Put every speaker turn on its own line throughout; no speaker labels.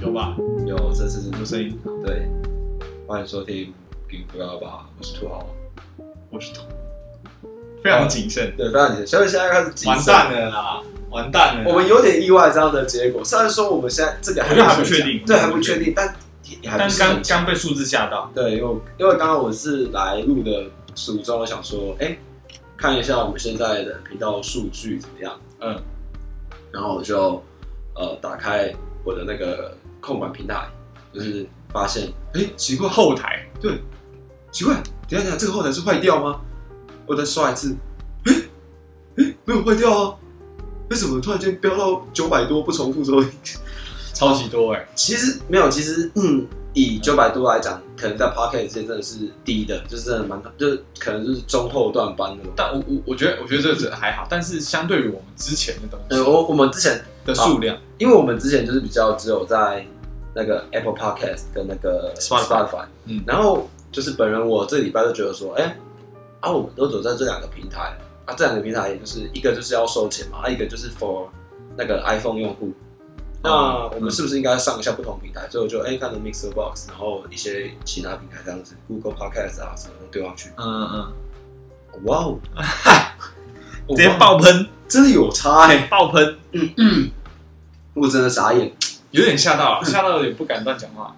有吧？
有这次
有声音。
对，欢迎收听《冰不高吧》，我是土豪。
我是土，非常谨慎。
对，非常紧，所以现在开始谨慎
完蛋，了啦！完蛋了！
我们有点意外这样的结果。虽然说我们现在这个
我觉得还不确定
对，还不确定，但也还
但
不是
刚
很
刚被数字吓到，
对，因为因为刚刚我是来录的途中，我想说，哎、看一下我们现在的频道数据怎么样。
嗯，
然后我就呃打开我的那个控管平台，就是发现，哎、奇怪，
后台
奇怪，等一下等一下，这个后台是坏掉吗？我再刷一次，哎、诶没有坏掉啊，为什么突然间飙到九百多不重复收音？
超级多哎、
其实没有，其实嗯，以九百多来讲，可能在 Pocket 之间真的是低的，就是真的蛮，就是可能就是中后段班那种。
但我我我觉得我觉得这这还好，但是相对于我们之前的东
呃，
西
我啊我们之前，
的数量，
因为我们之前就是比较只有在那个 Apple Podcast 跟那个
Spotify 嗯
嗯，然后就是本人我这礼拜就觉得说，哎、啊，我们都走在这两个平台，啊，这两个平台也就是一个就是要收钱嘛，啊，一个就是 for 那个 iPhone 用户。
嗯
那我们是不是应该上一下不同平台？所以我就哎、看了 Mixer Box，然后一些其他平台这样子，Google Podcast 啊什么的对上去。
嗯嗯
哇哦，
嗯，直接爆喷
真的有差哎、
爆喷，
我真的傻眼。
有点吓到啊了，吓到有点不敢乱讲话。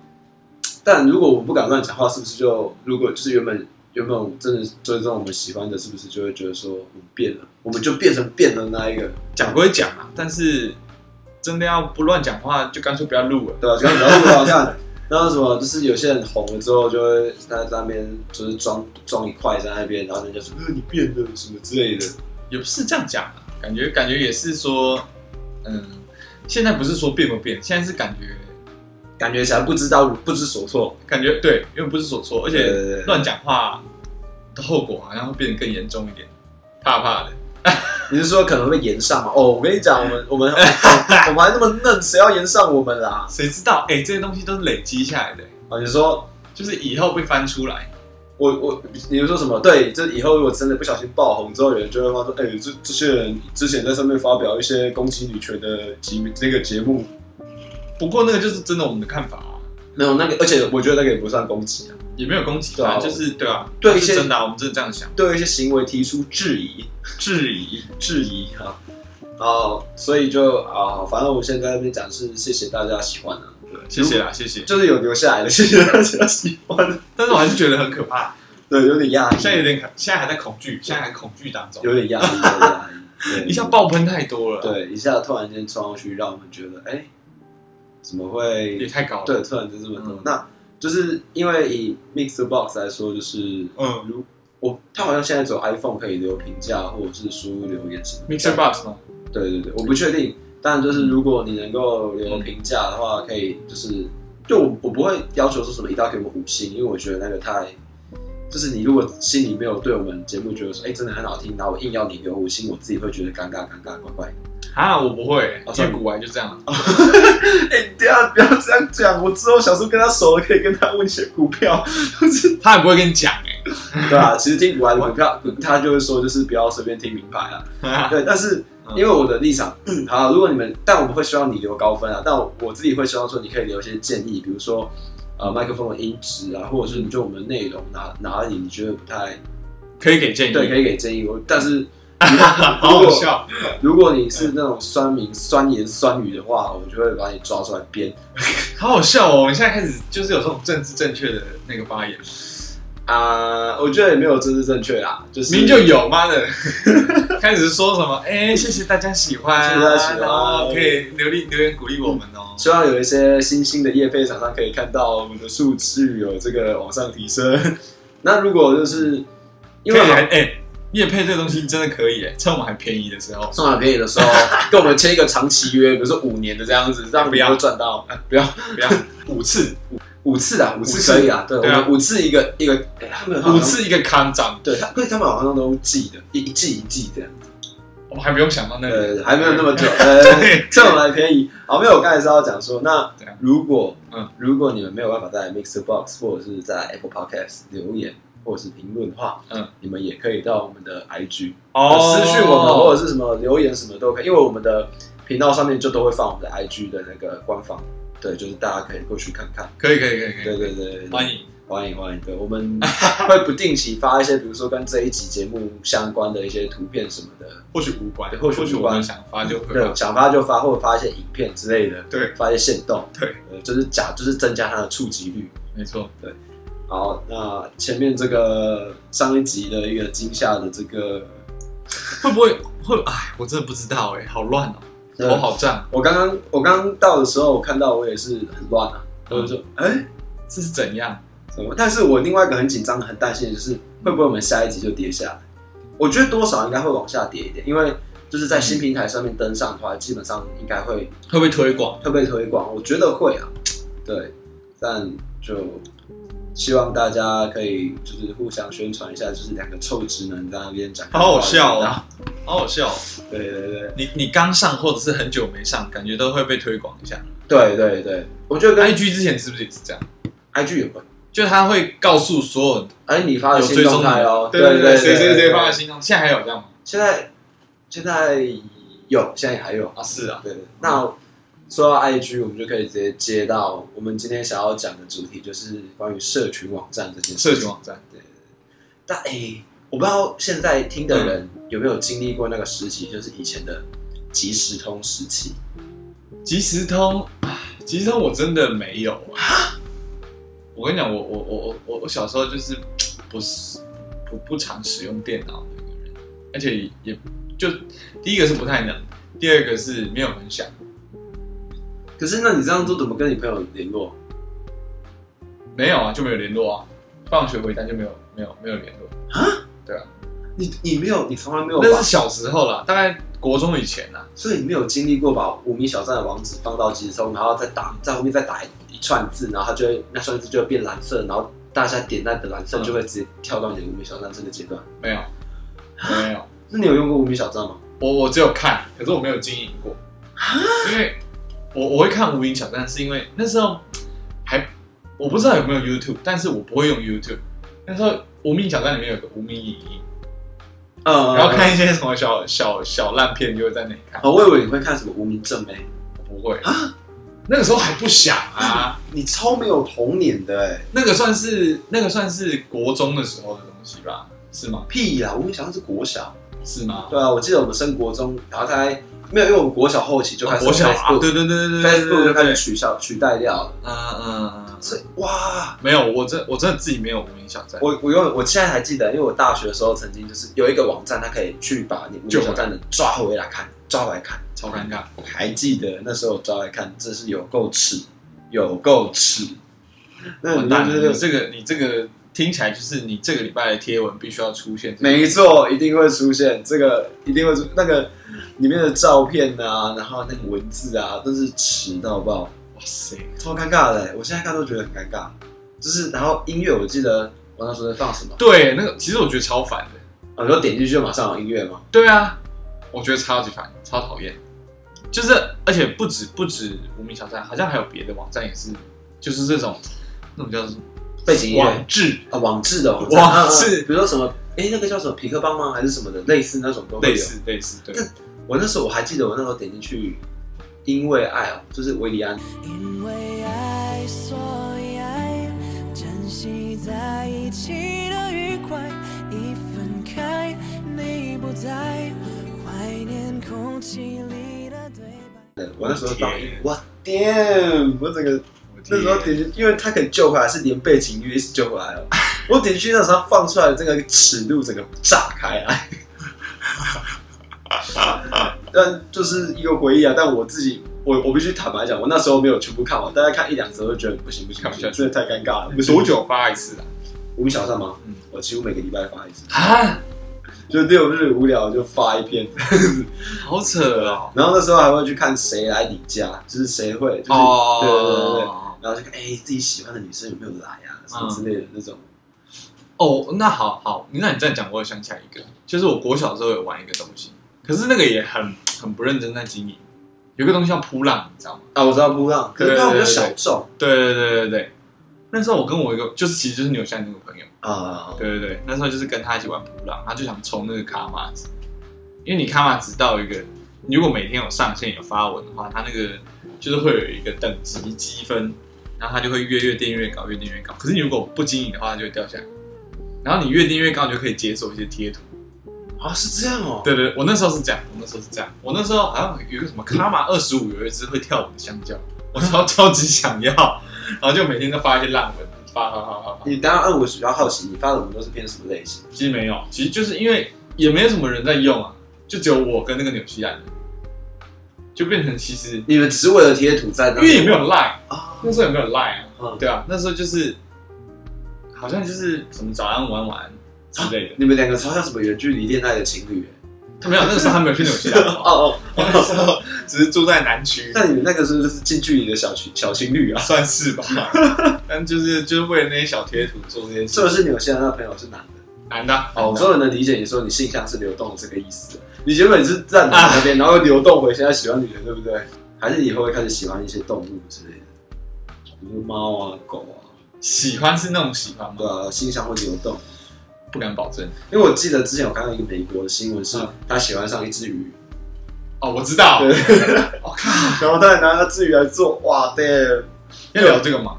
但如果我不敢乱讲话，是不是就如果就是原本原本我真的追踪我们喜欢的，是不是就会觉得说我们变了，我们就变成变了那一个，
讲归讲啊，但是真的要不乱讲话，就干脆不要录了。
对吧、就像然后好像 然后什么，就是有些人红了之后，就会在那边就是装装一块在那边，然后人家说呃你变了什么之类的，
也不是这样讲啊，感觉感觉也是说，嗯，现在不是说变不变，现在是感觉
感觉起来不知道不知所措，
感觉对，因为不是所措，而且
对
乱讲话的后果好像会变得更严重一点，怕怕的。
你是说可能会延上吗？哦，我跟你讲，我们我们我们还那么嫩，谁要延上我们啦？
谁知道？哎、这些东西都是累积下来的、
啊，你说
就是以后会翻出来。
我我，你们说什么？对，就是以后如果真的不小心爆红之后，有人就会发说，哎、这这些人之前在上面发表一些攻击女权的节那个节目，
不过那个就是真的我们的看法啊，
没有那个，而且我觉得那个也不算攻击啊，
也没有攻击，
对啊
反正就是对啊，
对
那
一些
是真的、啊，我们真的这样想，
对一些行为提出质疑，
质疑。
质疑哈，啊，所以就啊，反正我现在在那边讲是谢谢大家喜欢啊，对，
谢谢啦，谢谢。
就是有留下来的，谢谢大家喜欢，
但是我还是觉得很可怕，
对，有点压抑，
现在有点，现在还在恐惧，现在还恐惧当中，
有点压抑，有点 压抑，对
一下爆喷太多了，，
对，一下突然间冲上去，让我们觉得，哎、怎么会
也太高了，
对，突然就这么多。
嗯
那就是因为以 Mixer Box 来说，就是
嗯
如我它好像现在只有 iPhone 可以留评价或者是输入留言什么的。
，Mixer Box 吗？
对对对，我不确定，但就是如果你能够
嗯
留评价的话，可以就是就我我不会要求说什么一定要给我们五星，因为我觉得那个太。就是你如果心里没有对我们节目觉得说，哎、真的很好听，然后我硬要你留五星，我自己会觉得尴尬、尴尬、怪怪的。
啊，我不会，
哦
因
算
为
了
古玩就这样，
哎、不要不要这样讲，我之后小时候跟他熟了，可以跟他问一些股 票，就是
他也不会跟你讲 哎，
对啊，其实听古玩股票，他就会说就是不要随便听名牌啊。对，但是
嗯
因为我的立场， 好，如果你们，但我们会希望你留高分啊，但我我自己会希望说你可以留一些建议，比如说呃麦克风的音质啊，或者是你对我们内容哪哪里你觉得不太
可以给建议，
对，可以给建议。我但 是
好好笑，
如果你是那种酸民酸言酸语的话，我就会把你抓出来编
好好笑哦！我们现在开始就是有这种政治正确的那个发言，
啊、我觉得也没有政治正确啦，就是
明明就有，妈 的，开始说什么？哎，谢谢大家喜欢，啊
谢谢大家喜欢
然后可以留言留言鼓励我们哦。
希望有一些新兴的业配厂商可以看到我们的数据有这个往上提升。 那如果就是因为
可以来哎，叶配这个东西真的可以哎，趁我们还便宜的时候，
送很便宜的 时候，跟我们签一个长期约，比如说五年的这样子，让
不要
我们赚到
啊不要不要，五次
五次啊，五
五
次
次
可以啊，对，
对啊
我们五次一个一个，哎他们好
五
像，
次一个康长，
对他，因为他们好像都记的，一一季一季这样子。
我们还不用想到那
呃
个，，
还没有那么 久，呃，这种还便宜。好，没有，我刚才是要讲说，那
对啊
如果，
嗯
如果你们没有办法在 Mixer Box 或者是在 Apple Podcast 留言或者是评论的话，
嗯，
你们也可以到我们的 IG
哦，
私讯我们，或者是什么留言什么都可以，因为我们的频道上面就都会放我们的 IG 的那个官方，对，就是大家可以过去看看。
可以可以可以可
对
以，
对对，对
欢迎，
欢迎欢迎，对，我们会不定期发一些，比如说跟这一集节目相关的一些图片什么的，
或许无关，
对
或
或
许
许无关
我们想法就会
对，想发就发，或者发一些影片之类的，
啊对，
发一些线动，
对
呃，就是假，就是增加它的触及率。
没错，
好，那前面这个上一集的一个惊吓的这个，
会不会会？哎，我真的不知道哎，好乱哦，
对
头好胀，
呃我刚刚我刚刚到的时候，我看到我也是很乱啊，
嗯
我就说，哎、
这是怎样？
怎么？但是我另外一个很紧张、很担心的就是，会不会我们下一集就跌下来？我觉得多少应该会往下跌一点，因为就是在新平台上面登上的话，基本上应该会
会不会推广？
会被推广，我觉得会啊，对，但就希望大家可以就是互相宣传一下，就是两个臭直男在那边讲，
好好笑哦，好好笑哦！
啊对对对
你你刚上或者是很久没上，感觉都会被推广一下。
对对对，我觉得跟
IG 之前是不是也是这样？哎
IG 有关，
就他会告诉所有人
哎，你发的
有
新
追踪
动
的
态哦，
对
对
对，
对，
谁谁谁发的
对，
心动，现在还有这样吗？
现在现在有，现在也还有，
啊，是啊，
对对，那。说到 IG，我们就可以直接接到我们今天想要讲的主题，就是关于社群网站这件事情。
社群网站，
但诶、我不知道现在听
嗯
的人有没有经历过那个时期，就是以前的即时通时期。
即时通，唉即时通我真的没有啊。我跟你讲，我我我我我我小时候就是不是不不常使用电脑的一个人，而且也就第一个是不太能，第二个是没有很想。
可是，那你这样做怎么跟你朋友联络？
没有啊，就没有联络啊。放学回家就没有没有没有联络。
你你没有，你从来没有
那是
把，
小时候啦，大概国中以前啦。
所以你没有经历过把无名小站的网址放到即时通，然后再打在后面再打一串字，然后它就会那串字就会变蓝色，然后大家点那个蓝色
嗯
就会直接跳到你的无名小站这个阶段。
没有，没有。
那你有用过无名小站吗？
我我只有看，可是我没有经营过，因为我我会看无影小站，是因为那时候还我不知道有没有 YouTube，但是我不会用 YouTube。那时候无名小站里面有个无名影音，
嗯
然后看一些什么小小小烂片，就会在那里看。
哦，我以为你会看什么无名正妹，
我不会，那个时候还不想啊，
你超没有童年的哎、
那个算是那个算是国中的时候的东西吧？是吗？
屁啊啦！无名小站是国小。
是吗？
对啊，我记得我们升国中，然后大概没有，因为我们国小后期就开始
国小啊，
Facebook，、
对对对对对
Facebook 就开始
始，
取消取代掉了。
嗯嗯嗯，
所以哇，
没有，我真我真的自己没有无影小站，
我我用我现在还记得，因为我大学的时候曾经就是有一个网站，它可以去把你无名小站的抓回来看，抓回来看。
超尴尬。
我还记得那时候我抓来看，真是有够耻，有够耻。那
完
你
蛋
就
了！你
是
这个你这个听起来就是你这个礼拜的贴文必须要出现。
没错，一定会出现这个，一定会出那个里面的照片啊，然后那个文字啊，都是耻到爆。
哇塞，
超尴尬的欸，我现在看都觉得很尴尬。就是，然后音乐，我记得我那时候在放什么，
对，那个其实我觉得超烦的。
啊，你说点进去就马上有音乐吗？
对啊，我觉得超级烦，超讨厌。就是而且不止不止无名小站，好像还有别的网站也是，就是这种那种叫什么
背景音乐
网志
啊，网志的网
网
啊啊
志
比如说什么，哎，那个叫什么皮克邦吗？还是什么的，类似那种都会有
类。似类似对。
我那时候我还记得，我那时候点进去，因为爱哦，就是维里安，
因为爱，所以爱，珍惜在一起的愉快。一分开，你不在，怀念空气里的对白。
我那时候放
我的
音
天，
哇，damn，我整个
我的
那时候
天
点进，因为它可以救回来，是连背景音乐一起救回来哦。我点进去那时候它放出来的这个尺度整个炸开来， 但就是一个回忆啊。但我自己，我我必须坦白讲，我那时候没有全部看完，大概看一两集我就觉得不行不行
看
不
不下
行，
去
真的太尴尬了。不行
多？久发一次啊？
五小站吗？
嗯
我几乎每个礼拜发一次，
啊，
就六日无聊就发一篇。
好扯哦！
然后那时候还会去看谁来你家，就是谁会，就是、
哦，
对对对对，然后就看哎、自己喜欢的女生有没有来啊，
嗯
什么之类的那种。
哦，那好好，那你这样讲，我有想起来一个，就是我国小的时候有玩一个东西，可是那个也很很不认真在经营。有个东西叫扑浪，你知道吗？
啊，我知道不浪，可是
对
那比较
对
小众
对对对对对。那时候我跟我一个，就是其实就是纽西兰那个朋友，
啊。
对对对，那时候就是跟他一起玩扑浪，他就想冲那个卡玛子，因为你卡玛子到一个，你如果每天有上线有发文的话，它那个就是会有一个等级积分，然后它就会越越垫越高，越垫越高。可是你如果不经营的话，它就会掉下来。然后你越垫越高，你就可以解锁一些贴图。
啊，是这样哦。
对对，对我那时候是这样，我那时候是这样，我那时候好像有一个什么卡玛二十五，有一只会跳舞的香蕉，我超超级想要，然后就每天都发一些烂文，发发发发发。
你当然，呃我比较好奇，你发的文都是偏什么类型？
其实没有，其实就是因为也没有什么人在用啊，就只有我跟那个纽西兰人，就变成其实
你们只是为了贴图在那？
因为也没有 Line，
啊，
那时候也没有 Line 啊，
嗯
对啊，那时候就是好像就是什么早安、晚安晚安之类的。
你们两个超像什么远距离恋爱的情 侣？
他没有，那个时候他没有去纽西兰，
哦哦，
那个时候只是住在南区，
那你们那个是不是近距离的小情小情侣啊？
算是吧。但就是就是为了那些小贴图做这些
是不
事，
是你有现在那朋友是男的？
男的啊
哦，我终于能理解你说你性向是流动的这个意思了。你原本是站男那
啊
边，然后流动回现在喜欢女人，对不对？还是以后会开始喜欢一些动物之类的，比如猫啊、狗啊，
喜欢是那种喜欢
对
吗？
啊，性向会流动。
不敢保证。
因为我记得之前我看到一个美国的新闻，是
嗯
他喜欢上一只鱼，
哦，我知道，
对，
我靠，
然后他还拿那只鱼来做，哇对，
要聊这个吗？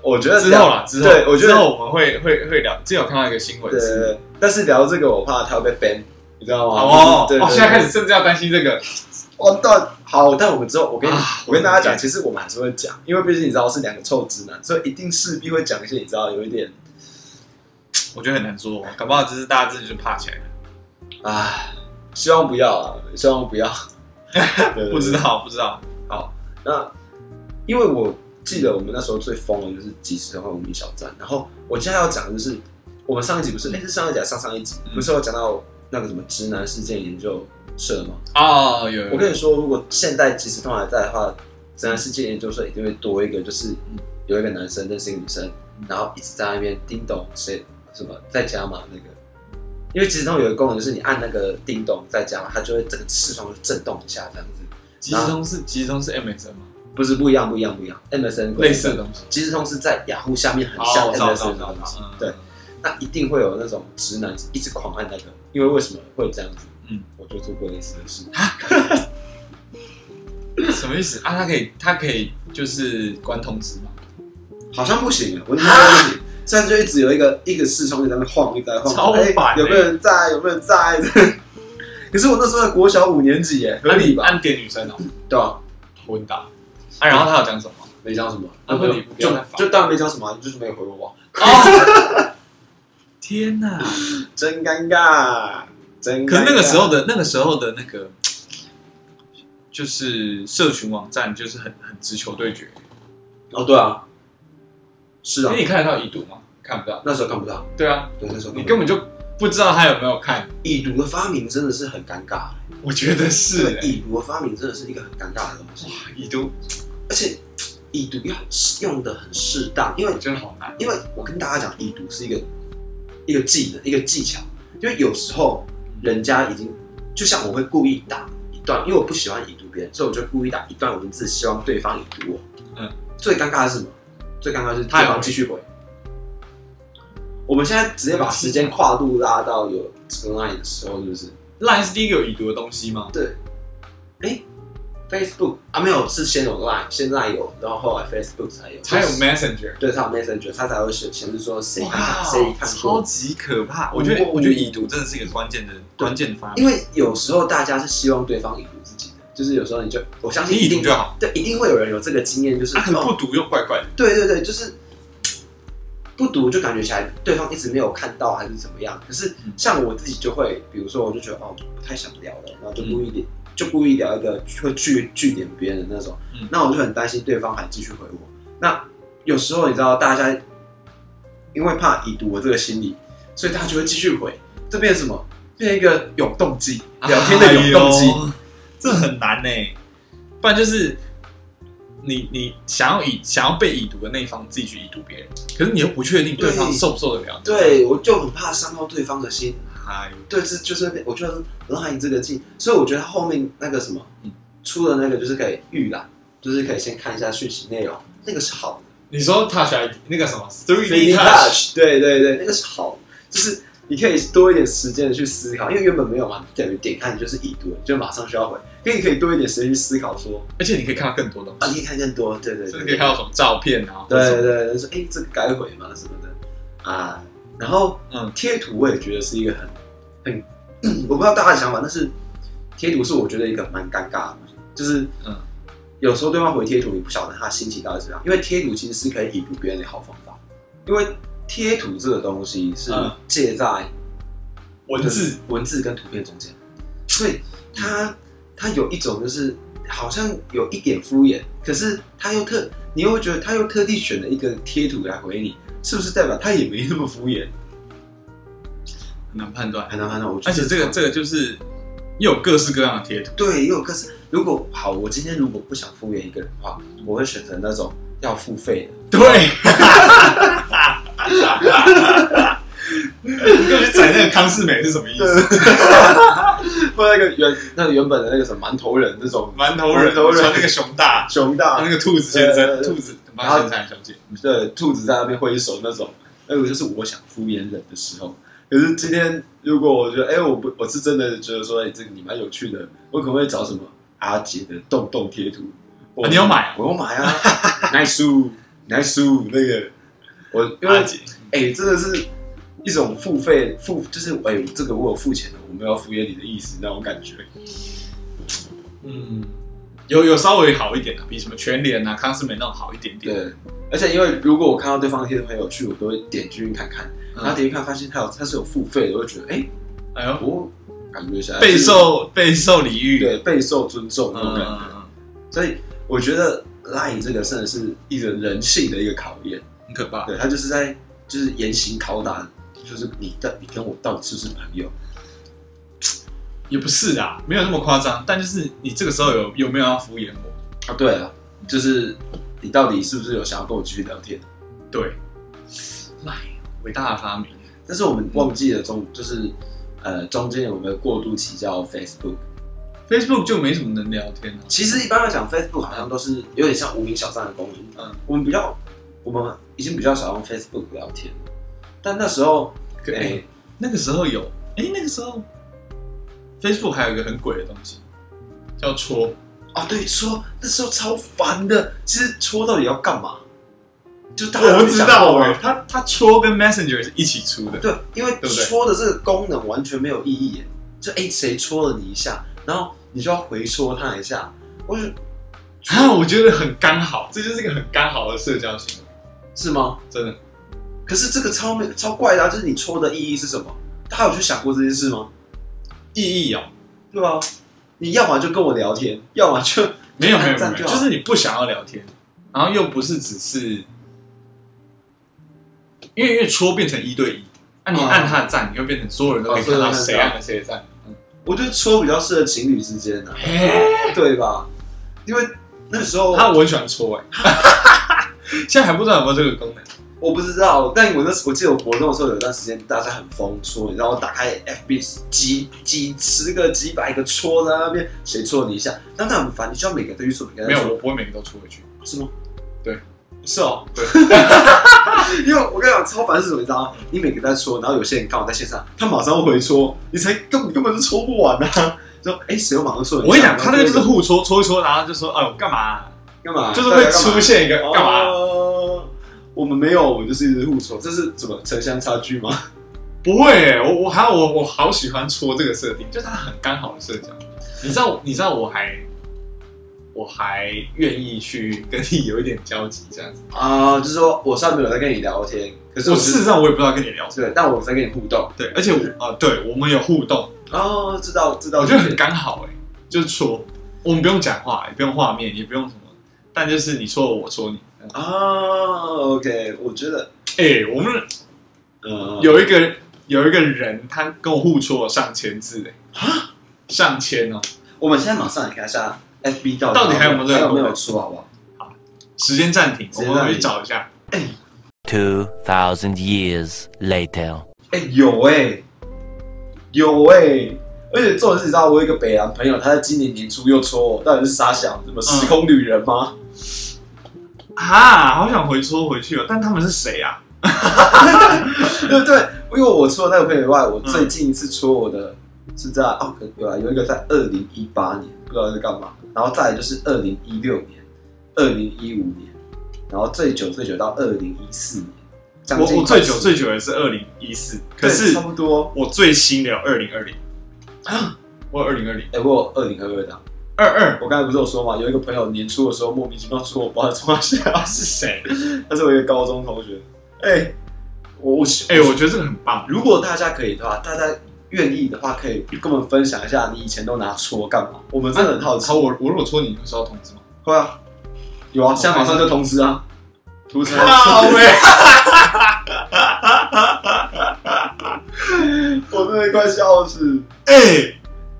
我觉得
之后啦，之后，
对我觉
之
得
后我们会会会聊。之前有看到一个新闻
对对，
是，
对但是聊这个我怕他会被 ban，你知道吗？
哦
对，
哦，现在开始
始
甚至要担心这个
哦，但好，但我们之后我跟你
啊
我跟大家
我
讲，
理
其实我们还是会讲，因为毕竟你知道是两个臭直男，所以一定势必会讲一些你知道有一点，
我觉得很难说，搞不好就是大家真的就怕起来了，
唉，希望不要啊，希望不 要，对
不知。道不知道。
那因为我记得我们那时候最疯的就是即时通和无名小站，然后我现在要讲的就是我们上一集不是，那、是上一集还是上上一集，
嗯
不是有讲到那个什么直男事件研究社吗？
哦，有有
我跟你
有，
说，如果现在即时通还在的话，直男世界研究社一定会多一个，就是有一个男生认识一个女生，
嗯
然后一直在那边叮咚谁什么在家嘛那个，因为即时通有一个功能，就是你按那个叮咚在家嘛，它就会整个视窗就震动一下这样子，
即时通是即时通是 MSN 吗？
不是不一样不一样不一样，MSN
类似的东西，
即时通是在雅虎下面很
哦
像
我知道我知道
MSN
我知
的
道
东西，，
嗯
对，那一定会有那种直男一直狂按那个，因为为什么会这样子？
嗯，
我就做过类似的事。
什么意思啊？它可以它可以就是关通知吗？
好像不行啊，我印象中不行。现在就一直有一个一个视窗在那边晃，一直在晃，
超
哎
烦欸
有没有人在？有没有人在？ 可是我那时候在国小五年级耶，合理吧？
按点女生哦，
对啊，
昏倒。啊，然后他有讲什么？
没讲什么，
啊
没有
那你不
就
要再烦
就当然没讲什么啊，你就是没有回我啊，
哦， 天哪！
真尴尬，真尴尬。
可是那个时候的那个时候的那个，就是社群网站就是很很直球对决，
哦，对啊，是
因
啊
为，你看得到已读吗？看不到。
那时候看不到，
对啊，
对，那时候
你根
本
本就不知道他有没有看。
已读的发明真的是很尴尬，
我觉得
这
是
个
欸
已读的发明真的是一个很尴尬的东西，
已读，
而且已读要用的很适当，因为
我觉得好难。
因为我跟大家讲，已读是一个一个技能，一个技巧。因为有时候人家已经，就像我会故意打一段，因为我不喜欢已读别人，所以我就故意打一段文字，希望对方已读我。
嗯，
最尴尬的是什么？最尴尬就是
他
对
有
方继续回。我们现在直接把时间跨度拉到有 Line 的时候，是不是？
Line 是第一个有已读的东西吗？
对。哎、f a c e b o o k 啊，没有，是先有 Line，先 Line 有，然后后来 Facebook 才有，
才有 Messenger。
对他有 Messenger，他才会显显示说谁
哇
看谁看
超
过。
级可怕！我觉得，
嗯
我觉得已读真的是一个关键的关键发明。
因为有时候大家是希望对方已读自己的，就是有时候你就我相信
你已
一
读
定
就好，
对，一定会有人有这个经验，就是、
啊，可是不
哦，
读又怪怪的。
对对对，就是不读就感觉起来对方一直没有看到还是怎么样。可是
嗯
像我自己就会，比如说我就觉得哦不太想聊了，然后就故
嗯
意点、就故意聊一个会据据点别人的那种，
嗯
那我就很担心对方还继续回我。那有时候你知道大家因为怕已读我这个心理，所以他就会继续回，这变成什么？变成一个永动机，聊天的永动机。
哎呦这很难呢、不然就是你你想要已想要被已读的那一方自己去已读别人，可是你又不确定对方
对
受不受得了你。
对，我就很怕伤到对方的心，
嗨，
对，这就是我觉得 Line 这个技，所以我觉得后面那个什么，
嗯
出的那个就是可以预览，就是可以先看一下讯息内容，那个是好的。
你说 Touch ID 那个什么 Three
Free
D Touch，
touch，对对对，那个是好的，就是你可以多一点时间的去思考，因为原本没有嘛，等于点开你就是已读了，你就马上需要回，可以你可以多一点时间去思考说
而且你可以看到更多东
啊，
西，
你可以看更多，对对
甚
对，
至可以看到什么照片啊，或者什
对
么，
对对，说哎、这个该回嘛什么的啊。然后
嗯
贴图我也觉得是一个很很， 我不知道大家的想法，但是贴图是我觉得一个蛮尴尬的东西，就是
嗯
有时候对方回贴图，你不晓得他的心情到底是怎样，因为贴图其实是可以引读别人的好方法，因为贴图这个东西是
嗯
借在
文字，
文字跟图片中间，所以它它有一种就是好像有一点敷衍，可是他又特，你又会觉得他又特地选了一个贴图来回你，是不是代表他也没那么敷衍？
很难判断。嗯
很难判断，我觉
而
得
且这个这个就是又有各式各样的贴图，
对，也有可是如果好，我今天如果不想敷衍一个人的话，我会选择那种要付费 的。
对， 你就去踩那个康世美是什么意思？
或者那个原那个原本的那个什么馒头人那 种
馒头人
馒头人呃
穿那个熊大，
熊
啊
大
那，个兔子先
对
生，
对对
兔子妈先生还是小姐，
对，兔子在那边挥手那种，那个就是我想敷衍人的时候。可是今天如果我觉得，哎、我不，我是真的觉得说，哎、这个你蛮有趣的，我可能会找什么阿杰的洞洞贴图、我
啊你有买啊
我有买啊，nice nice 那个，我因为
阿
哎、
姐，
真的是一种付费付，就是哎、这个我有付钱的，我没有要敷衍你的意思那种感觉。
嗯，有有稍微好一点的，比什么全联啊、康世美那种好一点点。
对，而且因为如果我看到对方贴的很有趣，我都会点进去看看，然后
嗯
点进去看发现他有他是有付费的，我就觉得哎。
哎呦，
我感觉起来
备受备受礼遇，
对备受尊重那
嗯，
种感
嗯
觉，
嗯
所以我觉得 lie 这个真的是一个人性的一个考验，
很可怕。
对他就是在就是严刑拷打，就是你到你跟我到底是不是朋友？
也不是啦，没有那么夸张，但就是你这个时候有有没有要敷衍我？
啊，对啊，就是你到底是不是有想要跟我继续聊天？
对，来，伟大的发明，
但是我们忘记了中就是呃中间有没有过渡期叫 Facebook？
Facebook 就没什么能聊天了、啊
其实一般来讲，Facebook 好像都是有点像无名小站的功能。
嗯，
我们比较我们已经比较少用 Facebook 聊天，但那时候
可
哎、
哎、那个时候有，哎、那个时候 Facebook 还有一个很鬼的东西，叫戳，
啊，对，戳那时候超烦的。其实戳到底要干嘛？就大家
我不知道哎、
哎、
它它戳跟 Messenger 是一起出的，
对，因为
不对
戳的这个功能完全没有意义耶。就哎，谁、戳了你一下，然后你就要回戳他一下。我就是
啊，我觉得很刚好，这就是一个很刚好的社交行为，
是吗？
真的。
可是这个超没超怪的、啊，就是你戳的意义是什么？大家有去想过这件事吗？
意义哦，
对吧？你要么就跟我聊天，要么就
没有没
就
有
按
没
赞
有，
好
就是你不想要聊天，然后又不是只是，因为因为戳变成一对一，那、你
哦
按他的赞，你会变成所有人都可以
哦所
看
有人
到
都
谁
看到
按了谁的赞。嗯
我觉得戳比较适合情侣之间的、
嘿，
对吧？因为那时 候
他我很喜欢戳哎、现在还不知道有没有这个功能。
我不知道，但我那时我记得我国中的时候有一段时间大家很疯戳，你知道我打开 FB 几几十个几百个戳在那边，谁戳你一下，那那很烦，你就要每个人都去戳，每个人
没
都去
有，我不会每个都戳回去。
戳是吗？
对，
是哦，
对，
因为我跟你讲超烦是什么，你知道吗？你每个在戳，然后有些人刚好在线上，他马上回戳，你才根本根本就戳不完啊。就说哎，谁又马上戳你一下？
我跟你讲，他那个就是
然后
互戳戳一戳，然后就说：“哎呦，干嘛啊、
干嘛？
就是会
大家干嘛
出现一个干嘛？
哦我们没有，我们就是一直互戳，这是怎么城乡差距吗？
不会欸、我我还有我我好喜欢戳这个设定，就是它很刚好的社交。你知道，你知道我还我还愿意去跟你有一点交集这样子。
啊、就是说我上面有在跟你聊天，可是
我
我
事实
是
上我也不知道跟你聊什么，
对，但我在跟你互动。
对，而且我啊、对我们有互动，
哦，知道知道，
我觉得很刚好哎、就是戳，我们不用讲话，也不用画面，也不用什么，但就是你戳我，我戳你。这样
啊、o k 我觉得，
哎、我们
嗯，
有一个有一个人，他跟我互戳了上千字哎、上千哦、
我们现在马上来看一下 FB 到底
到底还有没有这个
还有没
功
有
能
出，好不好？
时间暂停，
时
我
间
们
暂
回去
停
找一下。
2,000 years later.
哎、有哎、欸有哎、而且重点是，你知道我有一个北南朋友，他在今年年初又戳我，到底是傻小什么时空旅人吗？
啊，好想回戳回去哦！但他们是谁啊？
对不 对？因为我除了那个朋友以外，我最近一次戳我
嗯
的是在、哦，可有啊，有一个在二零一八年，不知道在干嘛。然后再来就是二零一六年、二零一五年，然后最久最久到二零一四年，将
我
近
我最
快
久
十
最久也是二零一四，可
对
是
差不多。
我最新的有二零二 零，我二零二零
哎、我有二零二二的，
二二
我刚才不是有说嘛，有一个朋友年初的时候莫名其妙说我不知道从哪下，
是谁？
他是我一个高中同学。哎、我我
哎、我觉得这个很棒。
如果大家可以的话，大家愿意的话，可以跟我们分享一下你以前都拿戳干嘛？我们真的很好奇
好，。我我如果戳你，你会收到通知吗？
会啊，有啊，现在马上就通知啊，图 层
靠呗！
我真的快笑死。
哎、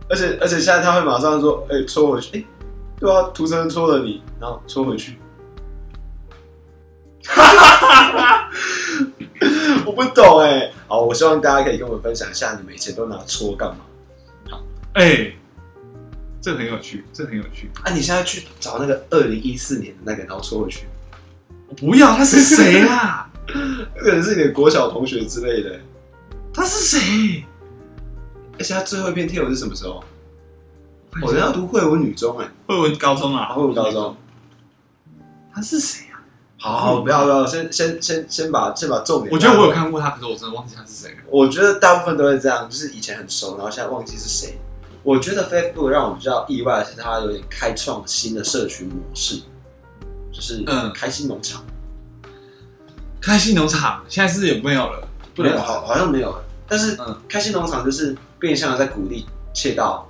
而且而且现在他会马上说，哎、戳回去，哎、对啊，图层戳了你，然后戳回去。 我不懂哎、好，我希望大家可以跟我们分享一下你们以前都拿戳干嘛？
哎、这很有趣，这很有趣。
啊，你现在去找那个二零一四年的那个，然后戳回去，
我不要，他是谁 啊？
那个人是你的国小同学之类的、欸
他是谁？
而且他最后一篇贴文是什么时候？我
我
人家
要
读惠文女中哎、
慧文高中
欸，
啊，
惠文高中。
他是谁啊？
好好，不要不要，先先先先把先把重点。
我觉得我有，看过他，可是我真的忘记他是谁了。
我觉得大部分都会这样，就是以前很熟，然后现在忘记是谁。我觉得 Facebook 让我比较意外的是，它有点开创新的社群模式，就是
嗯
开心农场，
开心农场现在是也没有了，不
没
能
有好好像没有了，欸但是、
嗯
开心农场就是变相的在鼓励窃盗，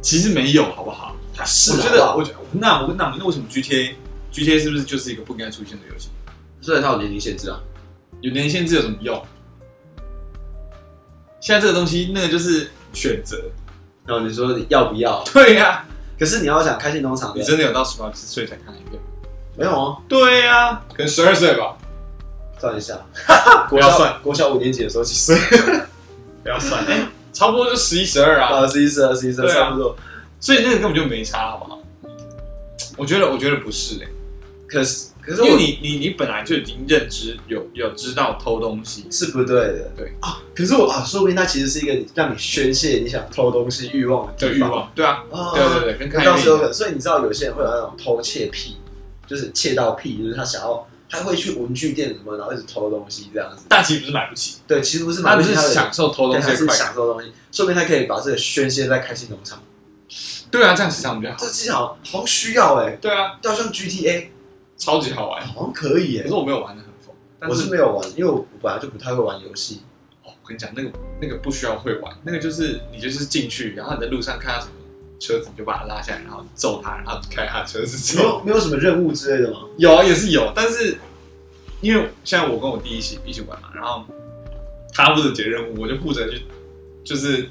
其实没有，好不好？
是
我
啊
觉
好不
得，
好
我觉得，那我那那为什么 GTA GTA 是不是就是一个不应该出现的游戏？
虽然它有年龄限制啊，
有年限制有什么用？现在这个东西，那个就是选择。
然后你说你要不要？
对啊呀、
可是你要想开心农场
你
的
真的有到十八岁才看一遍？
没有啊，
对呀、可能十二岁吧，
算一下，
不要算
国小五年级的时候 几岁？
不要算，哎、差不多就十一十二啊。
二十一岁，二十一岁
对啊
差不多。
所以那个根本就没差，好不好？我觉得，我觉得不是哎、
可是可是
因
我
为你你你本来就已经认知有有知道偷东西，
是不对的，
对
啊。可是我啊，说不定它其实是一个让你宣泄你想偷东西欲望的
的
地
欲
方。
望，对啊，
啊，
对对对，跟看
到时候
电影
可能，所以你知道有些人会有那种偷窃癖，就是窃盗癖，就是他想要，他会去文具店什么，然后一直偷东西这样子。
但其实不是买不起，
对，其实不是
他
买
只
东西
是
他的
享受偷
对
东
他
西
是
的快感。
享受东西，说不定他可以把这个宣泄在开心农场。
对啊，这样时常比较好
这。技巧好需要哎、欸，
对啊，
要像 GTA
超级好玩。
好像可以哎、
可是我没有玩的很疯，但
我是
是
没有玩，因为我本来就不太会玩游戏。
哦，我跟你讲，那个那个不需要会玩，那个就是你就是进去，然后你在路上看到什么车子，你就把它拉下来，然后揍他，然后开他的车子
没
走。
有没有什么任务之类的吗？
有啊，也是有，但是因为现在我跟我弟一起一起玩嘛，然后他负责解任务，我就负责去就是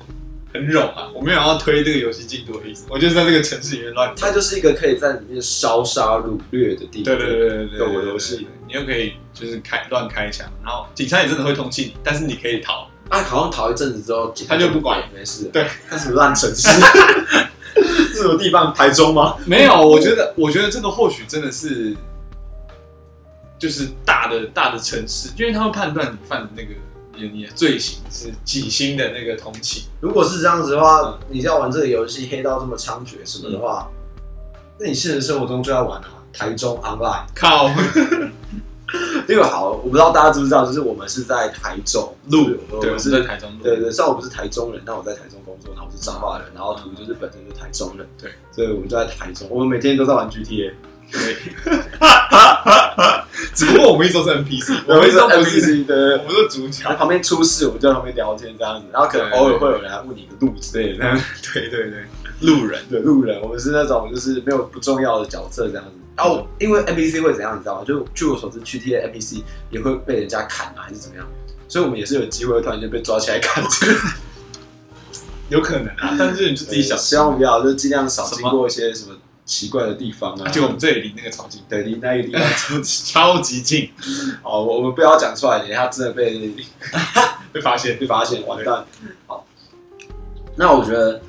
很冗啊，我没有要推这个游戏进度的意思，我就是在这个城市里面乱
它就是一个可以在里面烧杀掳掠的地
对
方。
对对对对
对我
对
游戏，
你又可以就是开乱开枪，然后警察也真的会通缉你，但是你可以逃。
啊，好像逃一阵子之后，
他就不管，
没事。
对，
那什么烂城市？ 是什么地方？台中吗？
没有，我觉得，我觉得这个或许真的是，就是大的大的城市，因为他们判断你犯的那个你的你的罪行是几星的那个通缉，
如果是这样子的话，你要玩这个游戏黑到这么猖獗什么的话，那你现实生活中就要玩啊。台中 online，
靠
这个好，我不知道大家知不知道，就是我们是在台中
路，
我
对，我
们
是
是
在台中路，
对对，虽然我不是台中人，但我在台中工作，然后我是彰化人，然后图就是本身就是台中人，
对，
所以我们就在台中，我们每天都在玩 GTA，
对，只不过我们一直都是 NPC，我
我
们一直
们是
都不是，
NPC，对对
我
对
们是主角
然后，旁边出事，我们就在旁边聊天这样子，然后可能
对
偶尔会有人来问你个路之类的，
对对对，路人，
对路人，我们是那种就是没有不重要的角色这样子。然后因为 NPC 会怎样，你知道吗？就据我所知，GTA NPC 也会被人家砍啊，还是怎么样？所以我们也是有机会突然间被抓起来砍。
有可能啊，但是你就自己想，
希望不要，就尽量少
什么
经过一些什么奇怪的地方啊。
而且我们这里离那个超近，
对离那个地方超级
超级近，
哦，我我们不要讲出来，等一下真的被
会发现
被发现，完蛋。好，那我觉得，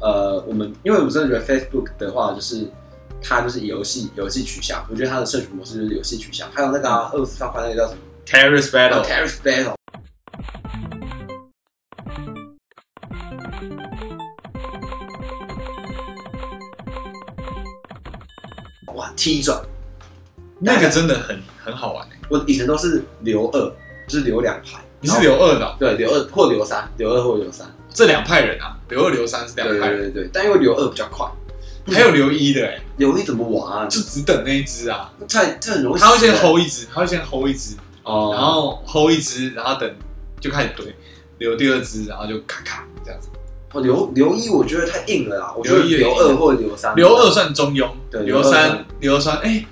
呃，我们因为我真的觉得 Facebook 的话，就是它就是以游戏游戏取向，我觉得它的社群模式就是游戏取向。还有那个啊俄罗斯方块那个叫什么
Terrorist battle，
t e r r i s Battle，哇，T 转，
那个真的很很好玩欸
我以前都是留二，就是留两排。
你是留二的哦、
对留二或留三，留二或留三。
这两派人啊，留二留三是
对
两
对
派
对
人，
对对，但因为留二比较快，
还有留一的哎、
留一怎么玩、啊？
就只等那一只啊，
太这很容易死。欸
他会先 hold 一只，他会先 hold 一只，
哦，
然后 hold 一只，然后等就开始堆，留第二只，然后就咔咔这样子。
哦留留一我觉得太硬了啦，我觉得
留一有
留
点
二或留三，
留二算中庸，
嗯对
留三留三哎，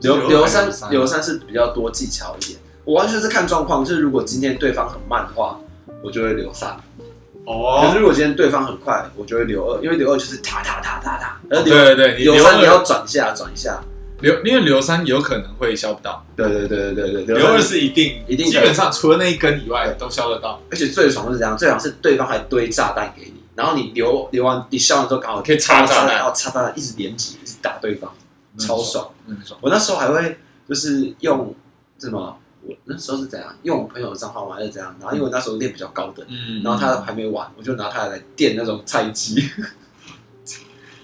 留
留
留
二
三啊
还
留
留
三是比较多技巧一点。我完全是看状况，就是如果今天对方很慢的话，我就会留三；可是
哦，
如果今天对方很快，我就会留二，因为留二就是塔塔塔塔塔，而
对
留
对对，你
留
留
三你要
二
转一下转一下。
留，因为留三有可能会消不到，
对对对对对对，
留二
三
是一定，
一定
基
可以
本上除了那一根以外
对
都消得到，
而且最爽的是这样，最爽是对方还堆炸弹给你，然后你留留完你消完之后刚好
可以插炸弹
然后插炸弹一直连击，一直打对方，超爽。
嗯，很爽。
我那时候还会就是用什么？我那时候是怎样用我朋友的账号玩还是怎样？然后因为我那时候练比较高等，
嗯，
然后他还没玩，我就拿他来垫那种菜鸡，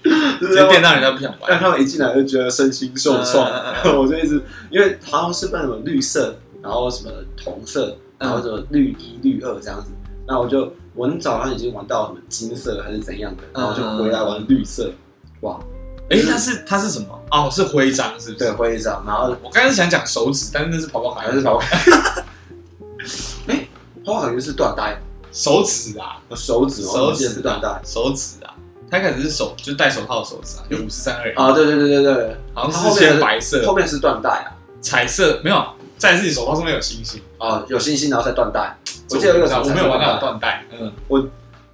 直接
啊
电到人家不想
让
玩，
他们一进来就觉得身心受创。
嗯嗯嗯
我就一直因为好像是扮什么绿色，然后什么红色，
嗯
然后什么绿一、绿二这样子。那我就我很早上已经玩到什么金色还是怎样的，
嗯
然后就回来玩绿色。哇，
哎，他是他是什么？哦，是徽章是不
对，
是？
徽章，然后
我刚才想讲手指，但是那是跑跑卡，
还是跑跑。 哎，跑跑好像是断带
手指啊，
手指哦，
手
我记得
指
是断带
啊，。手指啊，他开始是手，就是戴手套的手指啊，有五十三二
啊，对对对对对，
好
它后
像是
面
先
是
白色
后，面是断带啊，
彩色没有，再是你手套上面有星星。
啊，有星星然后再断带。我记得有一个
我没有玩到有
断带，
缎带，嗯，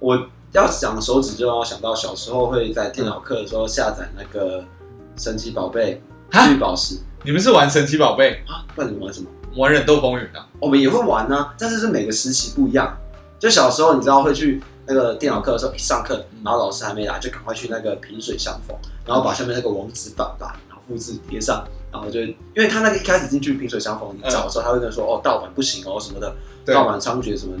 我要讲手指就让我想到小时候会在电脑课的时候下载那个神奇宝贝
啊
绿宝石
你们是玩神奇宝贝，
啊，不然你们玩什么？哦
玩忍斗风云啊？
我们也会玩呢、但是是每个时期不一样。就小时候，你知道会去那个电脑课的时候，一上课，
嗯
然后老师还没来，就赶快去那个萍水相逢，然后把下面那个网址反版，然后复制贴上，然后就因为他那个一开始进去萍水相逢，你找的时候，他会跟你说哦盗版不行哦什么的，
嗯对
盗版猖獗什么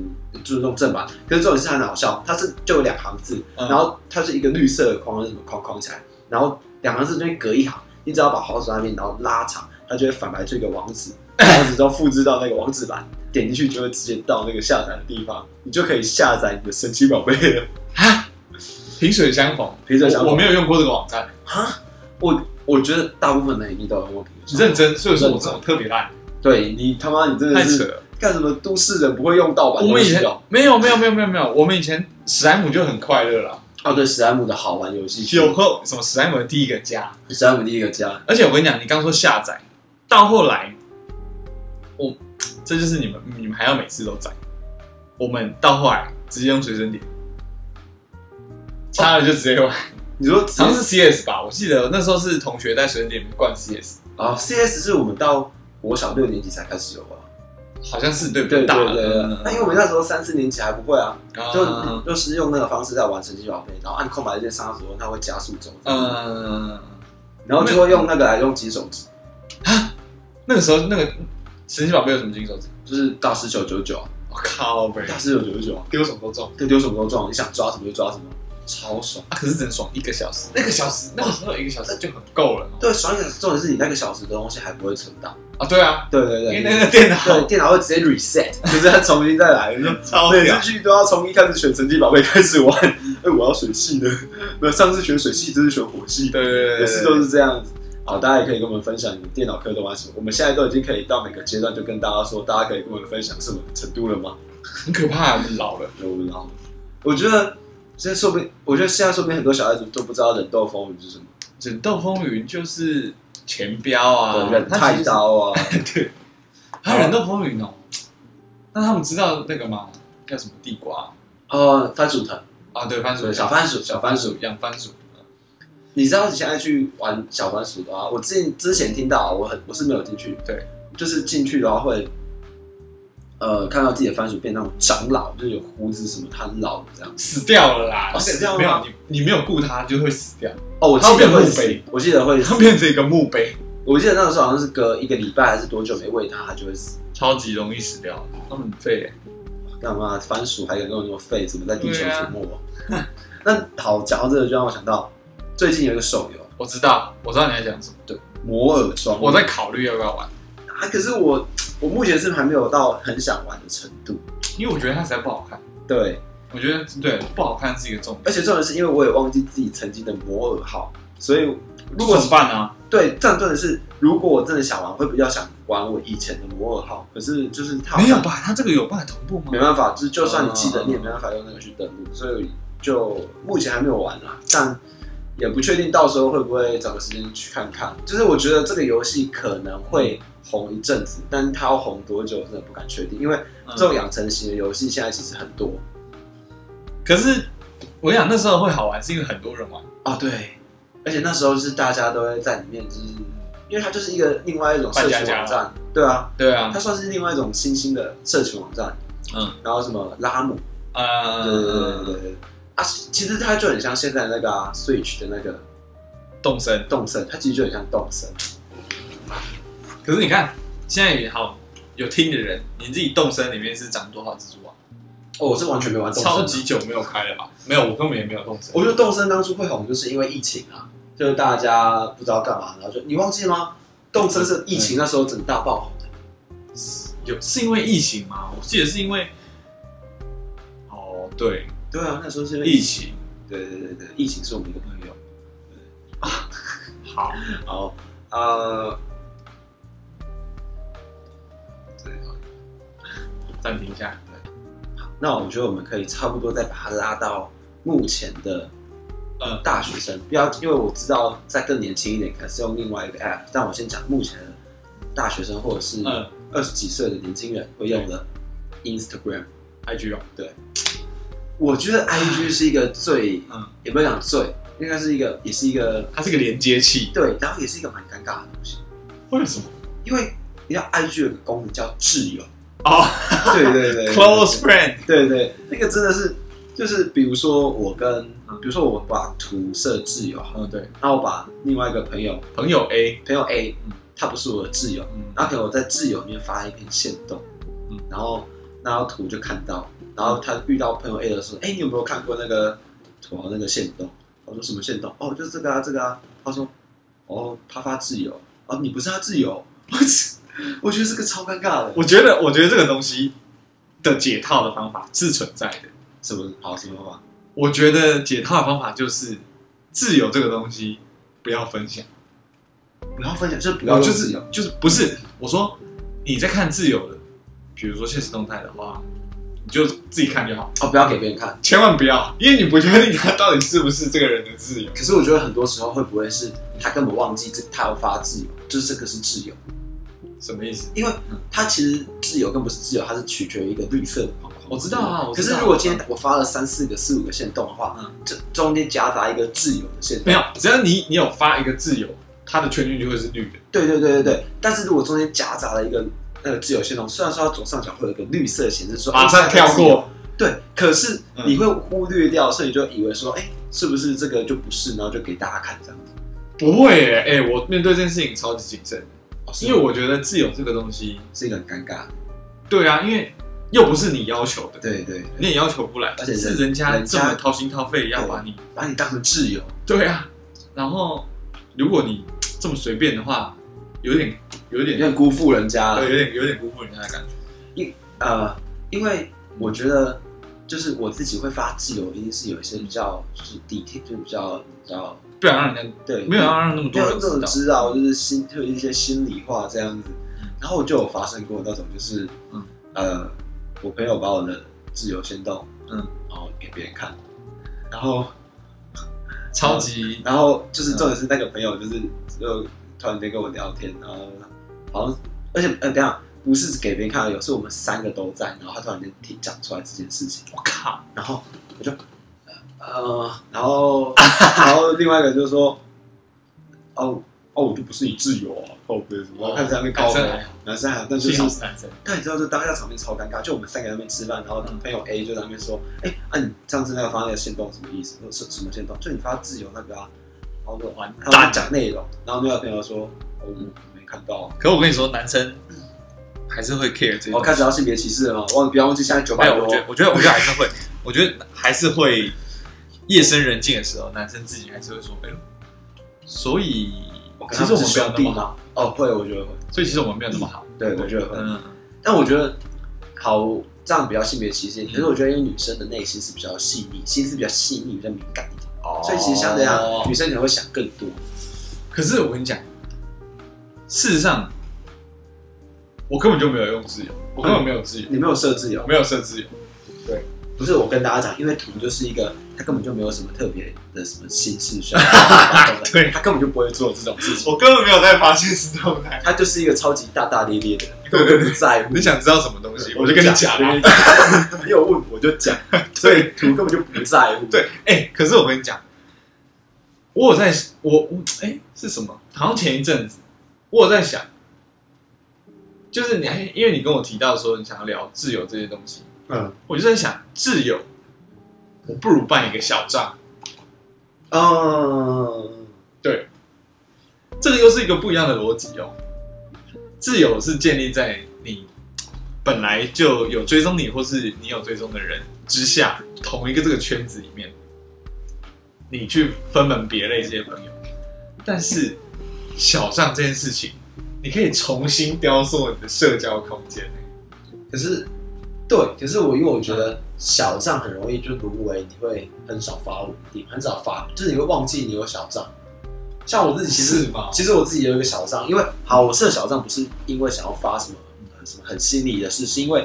注重正版。可是重点是它很好笑，它是就有两行字，
嗯
然后它是一个绿色的框，什么框框起来，然后两行字中间隔一行，你只要把好手那边然后拉长，它就会反白出一个网 址，网址之后复制到那个网址栏，点进去就会直接到那个下载的地方，你就可以下载你的神奇宝贝了。
萍水相逢，
萍水相逢嗯
我我没有用过这个网站，
哈，我我觉得大部分人一定都有问题，
认真，所以说我这种特别烂，
对你他妈你真的
太扯
是
了。
干什么都市人不会用盗版
我
东
们以
西
前
哦？
没有没有没有没有没有，我们以前史莱姆就很快乐啦，
哦，对，史莱姆的好玩游戏区，
有后什么史莱姆的第一个家，
史莱姆第一个家，
而且我跟你讲，你刚说下载，到后来，我这就是你们你们还要每次都载，我们到后来直接用随身碟，插了就直接玩，
你说直
好像
接
是 CS 吧？我记得那时候是同学在随身碟里面灌 CS，
啊，CS 是我们到国小六年级才开始有啊。
好像是对比
对
较
对
大
对
了，
对
嗯，
那因为我们那时候三四年级还不会啊，就
嗯
就是用那个方式在玩神奇宝贝，然后按空白键上的时候，它会加速走，嗯，
嗯，
然后就会用那个来用金手指，
那个时候那个神奇宝贝有什么金手指？
就是大师九九九，
我靠呗，
大师九九啊九，
丢什么都中
对，丢什么都中，你想抓什么就抓什么，超爽。
啊！可是只能爽一个小时，那个小时那个时候一个小时就很够了
对，爽一点，重点是你那个小时的东西还不会存档，
啊！对啊，
对对
因为
对，
那个电脑
对电脑会直接 reset，就是它重新再来，就
超
每
屌
次。去都要从一开始选神奇宝贝开始玩。哎，我要水系的，没有上次选水系，这次选火系，
对对对，
每次都是这样子。好，大家也可以跟我们分享你们电脑课都玩什么。我们现在都已经可以到每个阶段，就跟大家说，大家可以跟我们分享什么程度了吗？
很可怕，老了。
对，我们然后，我觉得现在说不定，我觉得现在说不定很多小孩子都不知道忍斗风云是什么，
忍斗风云就是钱标啊，
对，忍
他其
呃太
实，
刀 啊，
对，他忍斗风云哦。那他们知道那个吗？叫什么地瓜
哦，番薯藤，
啊？对，番薯，
对，小番薯，小
小
番
番
薯
薯，。养番薯。
你知道你现在去玩小番薯的话，啊我之前之前听到，我很我是没有进去，
对，
就是进去的话会，呃看到自己的番薯变那种长老，就是有胡子什么，他很老的这样。
死掉了啦，
哦死掉了
没
吗
有你，你没有顾它就会死掉，
哦，我
它
记
变
得会
墓
死
碑
我记得会死
它，变成一个墓碑，
我记得那个时候好像是隔一个礼拜还是多久没喂它，它就会死。
超级容易死掉，它们很废欸。
干嘛番薯还敢跟我那么废？怎么在地球
对啊
出没？那好，讲到这个就让我想到最近有一个手游
我知道，我知道你在讲什么，
《摩尔庄园》，
我在考虑要不要玩，
啊，可是我我目前是还没有到很想玩的程度。
因为我觉得它实在不好看，
对，
我觉得对不好看是一个重点，
而且重点是因为我也忘记自己曾经的摩尔号，所以如果
怎么办呢？
对，这样重点是，如果我真的想玩，会比较想玩我以前的摩尔号。可是就是它好
没
像
有吧？它这个有办法同步吗？
没办法，就是就算你记
嗯
得，你也没办法用那个去登录，所以就目前还没有玩啦，但也不确定到时候会不会找个时间去看看。就是我觉得这个游戏可能会红一阵子，但它要红多久真的不敢确定，因为
嗯
这种养成型的游戏现在其实很多
可是我想那时候会好玩，是因为很多人玩。
啊，对，而且那时候是大家都会在里面，就是因为它就是一个另外一种社
扮
群
家家
网站，对啊，
对啊
它，算是另外一种新兴的社群网站，
嗯，
然后什么拉姆。
呃，
对对对对对。嗯啊，其其实它就很像现在那个、啊、Switch 的那个
动身。
动森，它其实就很像动森。
可是你看，现在也好有听的人，你自己动身里面是长多少蜘蛛网？
哦，我是完全没玩动森、
超级，久没有开了吧？没有，我根本也没有动身。
我觉得动森当初会红，就是因为疫情啊，就是大家不知道干嘛，然后就你忘记吗？动森是疫情那时候整大爆红的。
有是因为疫情吗？我记得是因为，哦，对，
对啊，那时候是因为
疫。情。
对对对对，疫情是我们一个朋 友。
好，
好，呃，对，
暂停一下。
那我觉得我们可以差不多再把它拉到目前的呃
嗯
大学生，不要因为我知道再更年轻一点可能是用另外一个 app，但我先讲目前的大学生或者是
嗯
二十几岁的年轻人会用的 Instagram。
，IG 用，
我觉得 IG 是一个最，
啊嗯
也不能讲最，应该是一个，也是一个
它是个连接器。
对，然后也是一个蛮尴尬的东西，
为什么？
因为你知道 IG 有个功能叫 挚友，
哦
对对对对对
，Close friend。
对对，那个真的是，就是比如说我跟，比如说我把图设挚友好了，
嗯，对，
然后我把另外一个朋友
朋友 A，
朋友 A，
嗯
他不是我的挚友，
嗯
然后可能我在挚友里面发一篇线动，
嗯
然后那张图就看到，然后他遇到朋友 A 的时候，哎，你有没有看过那个土豪那个线动？我说什么线动？哦，就是这个啊，这个啊。他说，哦，他发挚友，哦，你不是他挚友， 我我觉得这个超尴尬的。
我觉得，我觉得这个东西的解套的方法是存在的。
什么好什么话？
我觉得解套的方法就是自由这个东西不要分享，
不要分享，就是不
然
要
后就
用挚
是
友。
就是不是我说你在看自由的，比如说现实动态的话，你就自己看就好，
哦，不要给别人看。
千万不要，因为你不确定他到底是不是这个人的自由。
可是我觉得很多时候会不会是他根本忘记这他要发挚友，就是这个是挚友，
什么意思？
因为他其实挚友更不是挚友，它是取决于一个绿色的框框。
我知道啊我
可
知道
是如果今天我发了三四个、四五个线动的话，
嗯
这中间夹杂一个挚友的线
没
动，
有，只要你你有发一个自由，他的圈圈就会是绿的。
对对对对对。但是如果中间夹杂了一个那个挚友线动，虽然说它左上角会有一个绿色显示说
马上跳，
哎这个挚友
过，
对，可是
嗯
你会忽略掉，所以你就以为说，哎，是不是这个就不是，然后就给大家看这样子。
不会耶、哎、我面对这件事情超级谨慎，
哦是吗
因为我觉得自由这个东西，
是一个很尴尬的，
对啊，因为又不是你要求的，
对对，对
你也要求不来，
而且人
是人家
人
这
家
么掏心掏肺要把你，
把你当成挚友。
对啊，然后如果你这么随便的话，有点有
有
点
点辜负人家
对，
了。
有点有点辜负人家的感觉，
呃，因为我觉得就是我自己会发自由，一定是有一些比较就是底贴，就是比较比较
不想让人家
对，
没有要让那么
没
多
有
人
那种
知道，
知道，就是心就有一些心里话这样子
嗯。
然后我就有发生过那种，就是
嗯
呃，我朋友把我的自由先动，
嗯，
然后给别人看，然后
超级
然后就是
嗯
重点是那个朋友就是就突然间跟我聊天，然后好像而且呃等一下不是给别人看的，有是我们三个都在，然后他突然间提讲出来这件事情，
我靠，
然后我就 呃然后然后另外一个就说哦哦，我就不是你挚友啊，靠背什么，
哦
开始在那边
男
靠
生
背
还好，
男生还好，但就
幸
是
好是男生，
但你知道，就当下场面超尴尬，就我们三个在那边吃饭，然后
嗯
朋友 A 就在那边说：“哎、啊，你上次那个发那个线动什么意思？什什么线动？就你发自由那个啊。”然后就
完蛋
他们讲内容，然后那个朋友说：“哦，我没看到。啊
可我跟你说，男生还是会 care 这些
哦”我
东西。
开始要性别歧视了吗？忘不要忘记，现在九
没
百
有，
多
我觉得，我觉得，我觉得还是会，我觉得还是会。夜深人静的时候，男生自己还是会说：“哎呦，所以
我跟
其
他
实
们
我
是
们没有那
兄弟
么好，
吗？哦，会，我觉得会，
所以其实我们没有那么好。
对，我觉得”会。
嗯，
但我觉得好这样比较性别歧视，可是我觉得因为女生的内心是比较细腻，心思比较细腻，比较敏感一点，
哦
所以其实相对来讲，女生可能会想更多。
可是我跟你讲，事实上，我根本就没有用自由，我根本没有自由，
你没有设置有
没有设自由。，
不是我跟大家讲，因为图就是一个，他根本就没有什么特别的什么心事需要发 生
对
嗯
哦
他根本就不会做这种事情，
我根本没有在发现是动态。
他就是一个超级大大咧咧的人，根本就不在 乎
你。想知道什么东西，我就跟你讲啊。
讲， 没有问我就 讲，所以图根本就不在乎。
对，，哎、可是我跟你讲，我有在，我我哎、是什么？好像前一阵子我有在想，就是你，因为你跟我提到说你想要聊自由这些东西，
嗯，
我就在想，自由，我不如办一个小账，
哦，
对，这个又是一个不一样的逻辑哦。自由是建立在你本来就有追踪你，或是你有追踪的人之下，同一个这个圈子里面，你去分门别类这些朋友。但是小账这件事情，你可以重新雕塑你的社交空间、
可是对，可是我因为我觉得小账很容易就沦为你会很少发文，你很少发，就是你会忘记你有小账。像我自己其实
是吗
其实我自己有一个小账，因为好，我设小账不是因为想要发什么呃什么很心理的事，是因为，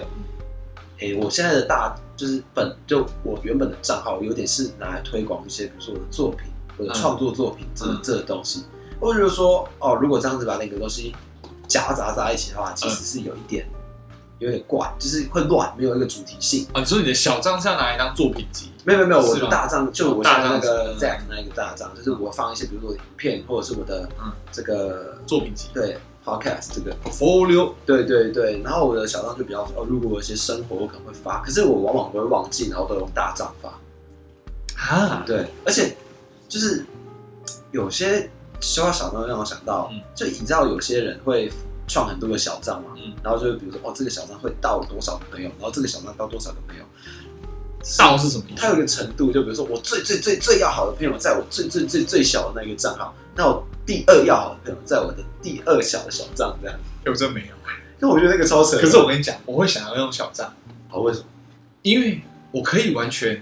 诶、我现在的大就是本就我原本的账号有点是拿来推广一些，比如说我的作品，我
嗯
的创作作品这、
嗯
这个东西。我觉得说，哦，如果这样子把那个东西夹杂在一起的话，其
嗯
实是有一点、有点怪，就是会乱，没有一个主题性。
啊，你说你的小账是要拿来当作品集，
没有没有没有，我
是吗
的
哦
大账就我现在那
大
个
账
Zack 那一个大账，就是我放一些比如说我的影片或者是我的
嗯
这个、
作品集
对 podcast 这个，
portfolio，
对对对。然后我的小账就比较说，哦，如果我有一些生活我可能会发，可是我往往都会忘记，然后都用大账发。
啊，
对，而且就是有些说到小账，让我想到，
嗯
就你知道有些人会创很多个小账嘛，
嗯
然后就比如说哦，这个小账会到多少个朋友，然后这个小账到多少个朋友，
嗯道是什么意
它
思？
有一个程度，就比如说我最最最最要好的朋友，在我最最最最小的那个账号，那我第二要好的朋友，在我的第二小的小账这样，
有这没有？
那我觉得那个超扯的。
可是我跟你讲，我会想要用小账，
啊，为什么？
因为我可以完全，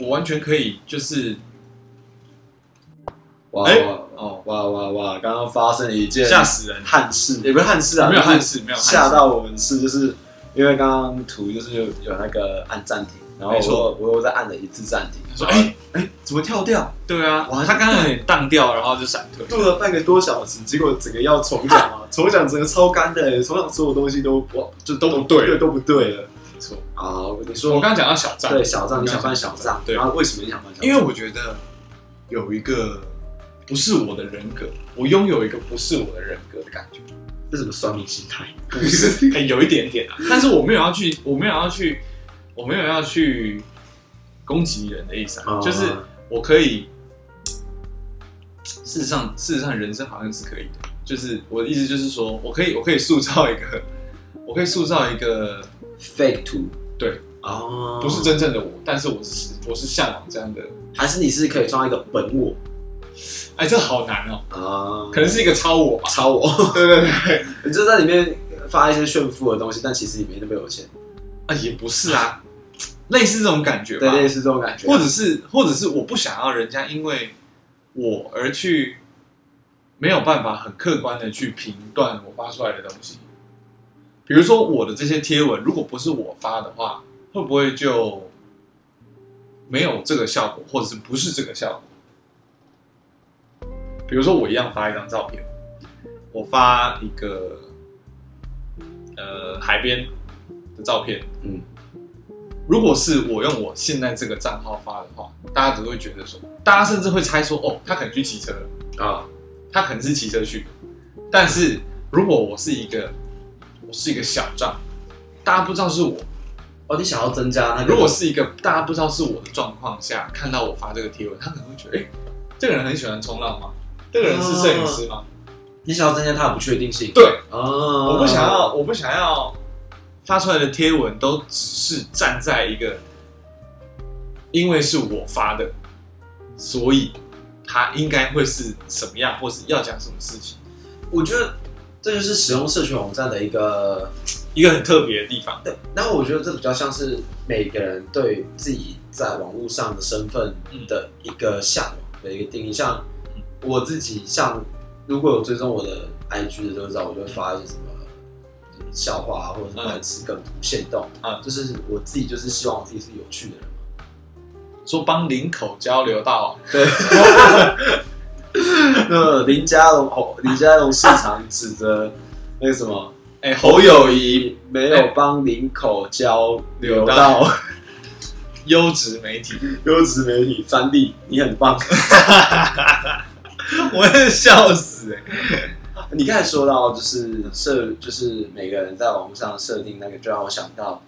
我完全可以就是
哇
哎
哇
哦，
哇哇哇！刚刚发生了一件
吓死人！
憾事，也不是憾事啊，
没有
就是
憾事没有憾事
吓到我们是就是因为刚刚图就是有有那个按暂停，然后
没错
我我又再按了一次暂停，
说
然后
哎
哎怎么跳掉？
对啊
哇，
他刚刚有点荡掉，然后就闪退。
录了半个多小时，结果整个要重讲 啊，重讲整个超干的、重讲所有东西都哇就
都不对了
都不对了
没错，
啊！你说
我刚刚讲到小账，
对小账，你想
刚
办
刚
小账，
对
然后为什么你想办小账？
因为我觉得有一个不是我的人格，我拥有一个不是我的人格的感觉，
这是什么算命心态？
不是、哎有一点点啊，但是我没有要去，我没有要去，我没有要去攻击人的意思啊，
哦
就是我可以。事实上，事实上，人生好像是可以的。就是我的意思，就是说我可以，我可以塑造一个，我可以塑造一个
fake 图
对
哦，
不是，真正的我，但是我是我是向往这样的。
还是你是可以创造一个本我
哎，这好难哦，
啊？
可能是一个超我吧。
抄我。
对对对，
你就在里面发一些炫富的东西，但其实你没那么有钱，
啊也不是啊，类似这种感觉啊
对，
吧，
类似这种感觉。
或者是或者是我不想要人家因为我而去没有办法很客观的去评断我发出来的东西。比如说我的这些贴文，如果不是我发的话，会不会就没有这个效果，或者是不是这个效果？比如说我一样发一张照片，我发一个呃海边的照片，
嗯，
如果是我用我现在这个账号发的话，大家只会觉得说，大家甚至会猜说，哦，他可能去骑车了，
啊，
他可能是骑车去，但是如果我是一个我是一个小账，大家不知道是我，
哦，你想要增加那个？
如果是一个大家不知道是我的状况下，看到我发这个贴文，他可能会觉得，哎、这个人很喜欢冲浪吗？这个人是摄影师吗？
你想要增加它的不确定性，
对，
哦，
我不想要，我不想要发出来的贴文都只是站在一个，因为是我发的，所以他应该会是什么样，或是要讲什么事情，
我觉得这就是使用社群网站的一个
一个很特别的地方。
对。然后我觉得这比较像是每个人对自己在网络上的身份的一个向往的一个定义。像我自己，像如果有追踪我的 IG 的都知道，我就会发一些什么。笑话啊，或者是白痴梗图、线动，
嗯
就是我自己就是希望我自己是有趣的人 嘛。
说帮林口交流道，啊
那林家龙哦，林家龙市场指责那个什么
哎、侯友谊
没有帮林口交流到
流 优质媒体，
优质媒体三立，你很棒。
我真的笑死哎、
你刚才说到就是设，就是每个人在网络上设定那个，就让我想到，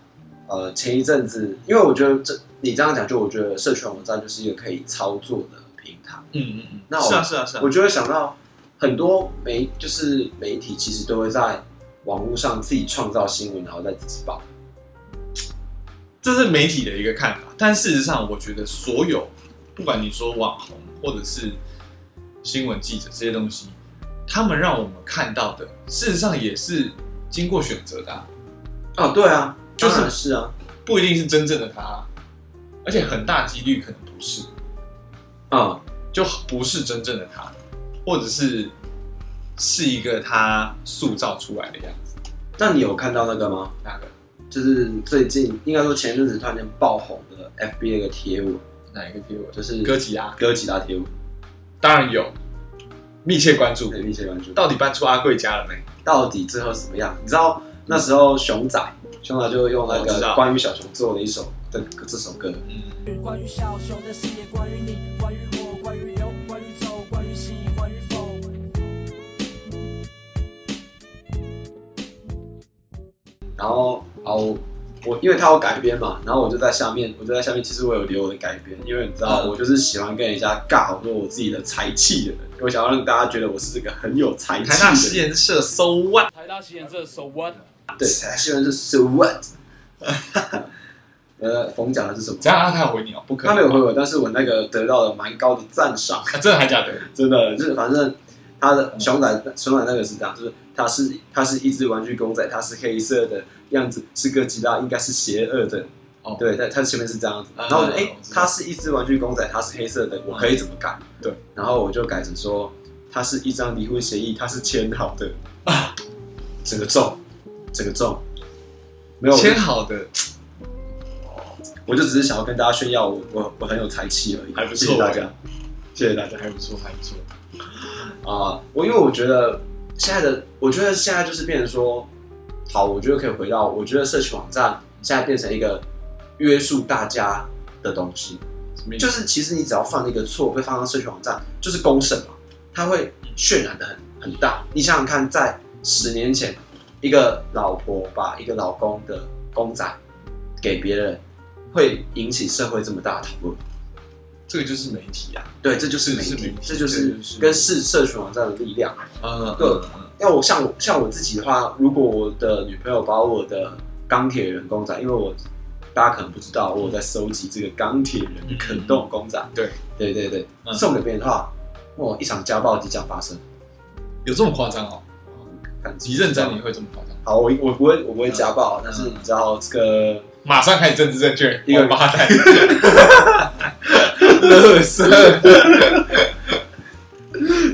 呃，前一阵子，因为我觉得这你这样讲，就我觉得社群网站就是一个可以操作的平台。
嗯嗯嗯，
那我
是啊是啊是啊，
我就会想到很多媒，就是媒体其实都会在网络上自己创造新闻，然后再自己报。
这是媒体的一个看法，但事实上，我觉得所有不管你说网红或者是新闻记者这些东西，他们让我们看到的，事实上也是经过选择的啊、
哦，对啊，
就是
当然是啊，
不一定是真正的他啊，而且很大几率可能不是，
嗯，
就不是真正的他，或者是是一个他塑造出来的样子。
那你有看到那个吗？
那个
就是最近应该说前阵子突然间爆红的 FB 那个贴文，
哪一个贴文？
就是
哥吉拉，
哥吉拉贴文，
啊当然有，密切关注
很，密切关注。到
到底搬出阿贵家了没？
到底最后是怎么样？你知道那时候熊仔，熊仔就用那
我知
个
道
关于小熊做的一首的这首歌，
嗯，
关于小熊的事也关于你，关于我，关于有，关于走，关于喜欢与否。
然后好，我我因为他有改编嘛，然后我就在下面，我就在下面，其实我有留我的改编，因为你知道，
嗯
我就是喜欢跟人家尬，我说我自己的才气的人，我想要让大家觉得我是这个很有才
台大
气
实
的人。
验社 So What？
台大西演这 So What？
对，台大戏人是 so what？呃，冯讲的是什么？
这样他还有回你哦，不可
他
能。
没有回我，但是我那个得到了蛮高的赞赏。
啊，真的还假的？
真的就是反正他的熊仔熊仔那个是这样，就是他是他是一只玩具公仔，他是黑色的样子，是哥吉拉，应该是邪恶的。
哦
对，他他前面是这样子，
啊
然后我就哎、
我知道嗯
他是一只玩具公仔，他是黑色的，我可以怎么改？
对，
然后我就改成说，他是一张离婚协议，他是签好的，
啊
整个中，整个中，没有，我就
签好的
我就只是想要跟大家炫耀我我我很有才气而已，
还不
谢
错欸
谢大家，谢谢大家。
还不错，还不错。
啊、我因为我觉得现在的，我觉得现在就是变成说，好，我觉得可以回到，我觉得社群网站现在变成一个约束大家的东西，
就
就是其实你只要犯了一个错，被放到社群网站，就是公审嘛，它会渲染的很很大。你想想看，在十年前，一个老婆把一个老公的公仔给别人，会引起社会这么大的讨论。
这个就是媒体啊。
对，这就是媒
是是
体
媒体，
这就
对
是
就是
跟是社群网站的力量。
嗯，
对
嗯嗯
要我像我像我自己的话，如果我的女朋友把我的钢铁人公仔，因为我大家可能不知道，我有在收集这个钢铁人的肯动公仔，
嗯对
对对对，
嗯
送给别人的话，哇，一场家暴即将发生。
有这么夸张哦？
感
你认真你会这么夸张？
好，我我不会我不会家
嗯
暴，但是你知道这个
马上开始政治正确，
一个
王八蛋， 乐色。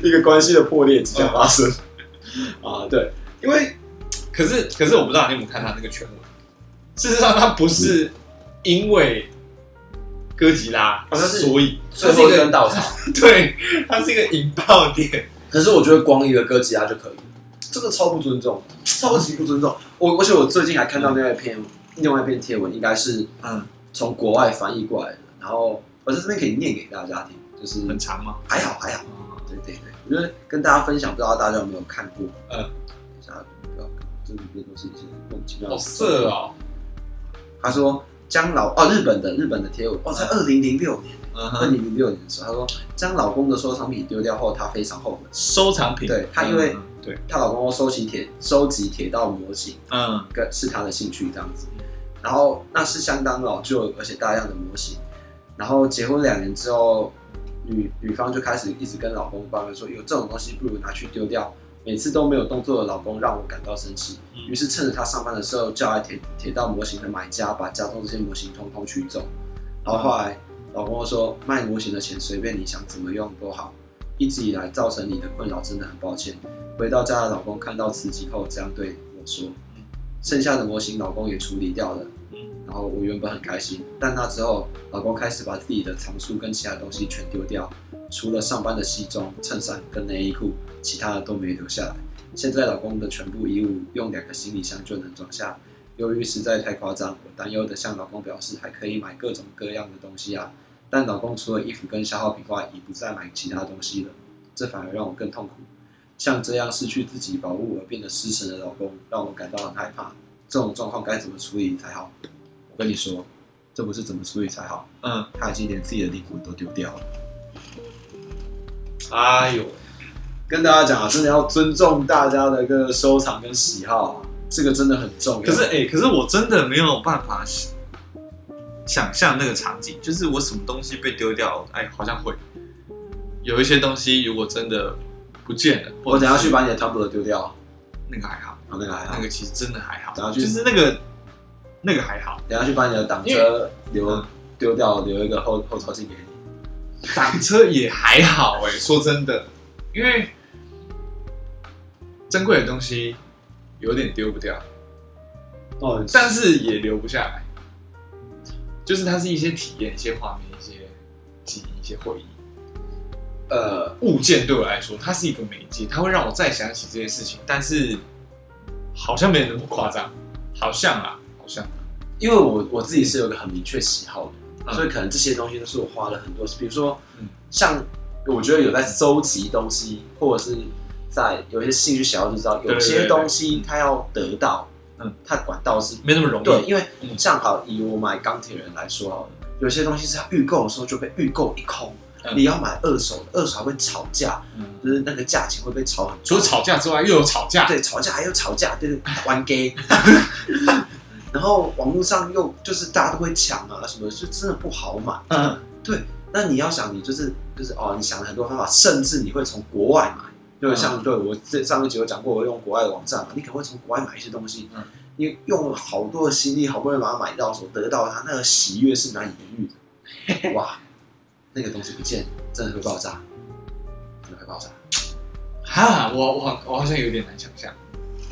一个关系的破裂即将发生
嗯
啊，对，因为
可是，可是我不知道你有没有看他那个全文。事实上，他不是因为哥吉拉，
哦他是
所以
最
他是
后
一
一根
个
稻草。
对，他是一个引爆点。
可是我觉得光一个哥吉拉就可以，这个超不尊重，超级不尊重。我而且我最近还看到另外一篇、另外一篇贴文，应该是
嗯，
从国外翻译过来的，然后我在这边可以念给大家听，就是
很长吗？
还好还好，对对对，我觉得跟大家分享，不知道大家有没有看过？
嗯，
啥不要，这里面都是一些莫名其妙
好
的。
色
啊
哦，
他说将老哦，日本的日本的贴文哦，在二零零六年，
嗯
二
哼，
零零六年的时候，他说将老公的收藏品丢掉后，她非常后悔。
收藏品，
对他因为
嗯对，
她老公收集铁收集铁道模型，
嗯
跟是她的兴趣这样子。然后那是相当老旧而且大量的模型。然后结婚两年之后，女女方就开始一直跟老公抱怨说，有这种东西不如拿去丢掉。每次都没有动作的老公让我感到生气，
嗯
于是趁着他上班的时候叫来铁铁道模型的买家，把家中这些模型通通取走。然后后来老公说卖模型的钱随便你想怎么用都好。一直以来造成你的困扰，真的很抱歉。回到家的老公看到此景后，这样对我说：“剩下的模型老公也处理掉了。”然后我原本很开心，但那之后，老公开始把自己的藏书跟其他东西全丢掉，除了上班的西装、衬衫跟内衣裤，其他的都没留下来。现在老公的全部衣物用两个行李箱就能装下。由于实在太夸张，我担忧的向老公表示还可以买各种各样的东西啊，但老公除了衣服跟消耗品外，已不再买其他东西了，这反而让我更痛苦。像这样失去自己宝物而变得失神的老公，让我感到很害怕。这种状况该怎么处理才好？我跟你说，这不是怎么处理才好，
嗯，
他已经连自己的灵魂都丢掉了。
哎呦，
跟大家讲啊，真的要尊重大家的一个收藏跟喜好、啊，这个真的很重要。
可是哎、可是我真的没有办法想想象那个场景，就是我什么东西被丢掉，哎，好像会有一些东西，如果真的不见了，
我等
者
下
是
去把你的 Tumblr 丢掉，好，
那个还好，
那个啊还好
那。个其实真的还好，
等下去
就是那个那个还好，
等下去把你的挡
因
车留
嗯
丢掉，留一个后后照镜给你。
挡车也还好 哎、说真的，因为珍贵的东西有点丢不掉，
哦，
但是也留不下来，就是它是一些体验、一些画面、一些记忆、一些回忆。
呃，
物件对我来说，它是一个媒介，它会让我再想起这些事情，但是好像没有那么夸张，好像啊，好像
因为我我自己是有一个很明确喜好的，
嗯
所以可能这些东西都是我花了很多，比如说
嗯
像我觉得有在收集东西，或者是在有一些兴趣喜好，就知道
对
有
对
些
对
东西它要得到，
嗯
嗯，它管道是
没那么容易。
对，因为
嗯
像好以我买钢铁人来说好了，有些东西是它预购的时候就被预购一空，
嗯
你要买二手的，二手还会吵架，
嗯
就是那个价钱会被炒很高
除了吵架之外，又有吵架，
对，吵架还有吵架，对对，玩 gay，然后网络上又就是大家都会抢啊什么的，就真的不好买。
嗯，
那你要想，你就是就是哦，你想了很多方法，甚至你会从国外买，就是像对我这上一集有讲过，我用国外的网站嘛，你可能会从国外买一些东西，
嗯
你用了好多的心力，好不容易把它买到手，得到它那个喜悦是难以言喻的，哇，那个东西不见，真的会爆炸，真的会爆炸，
哈，我我我好像有点难想象，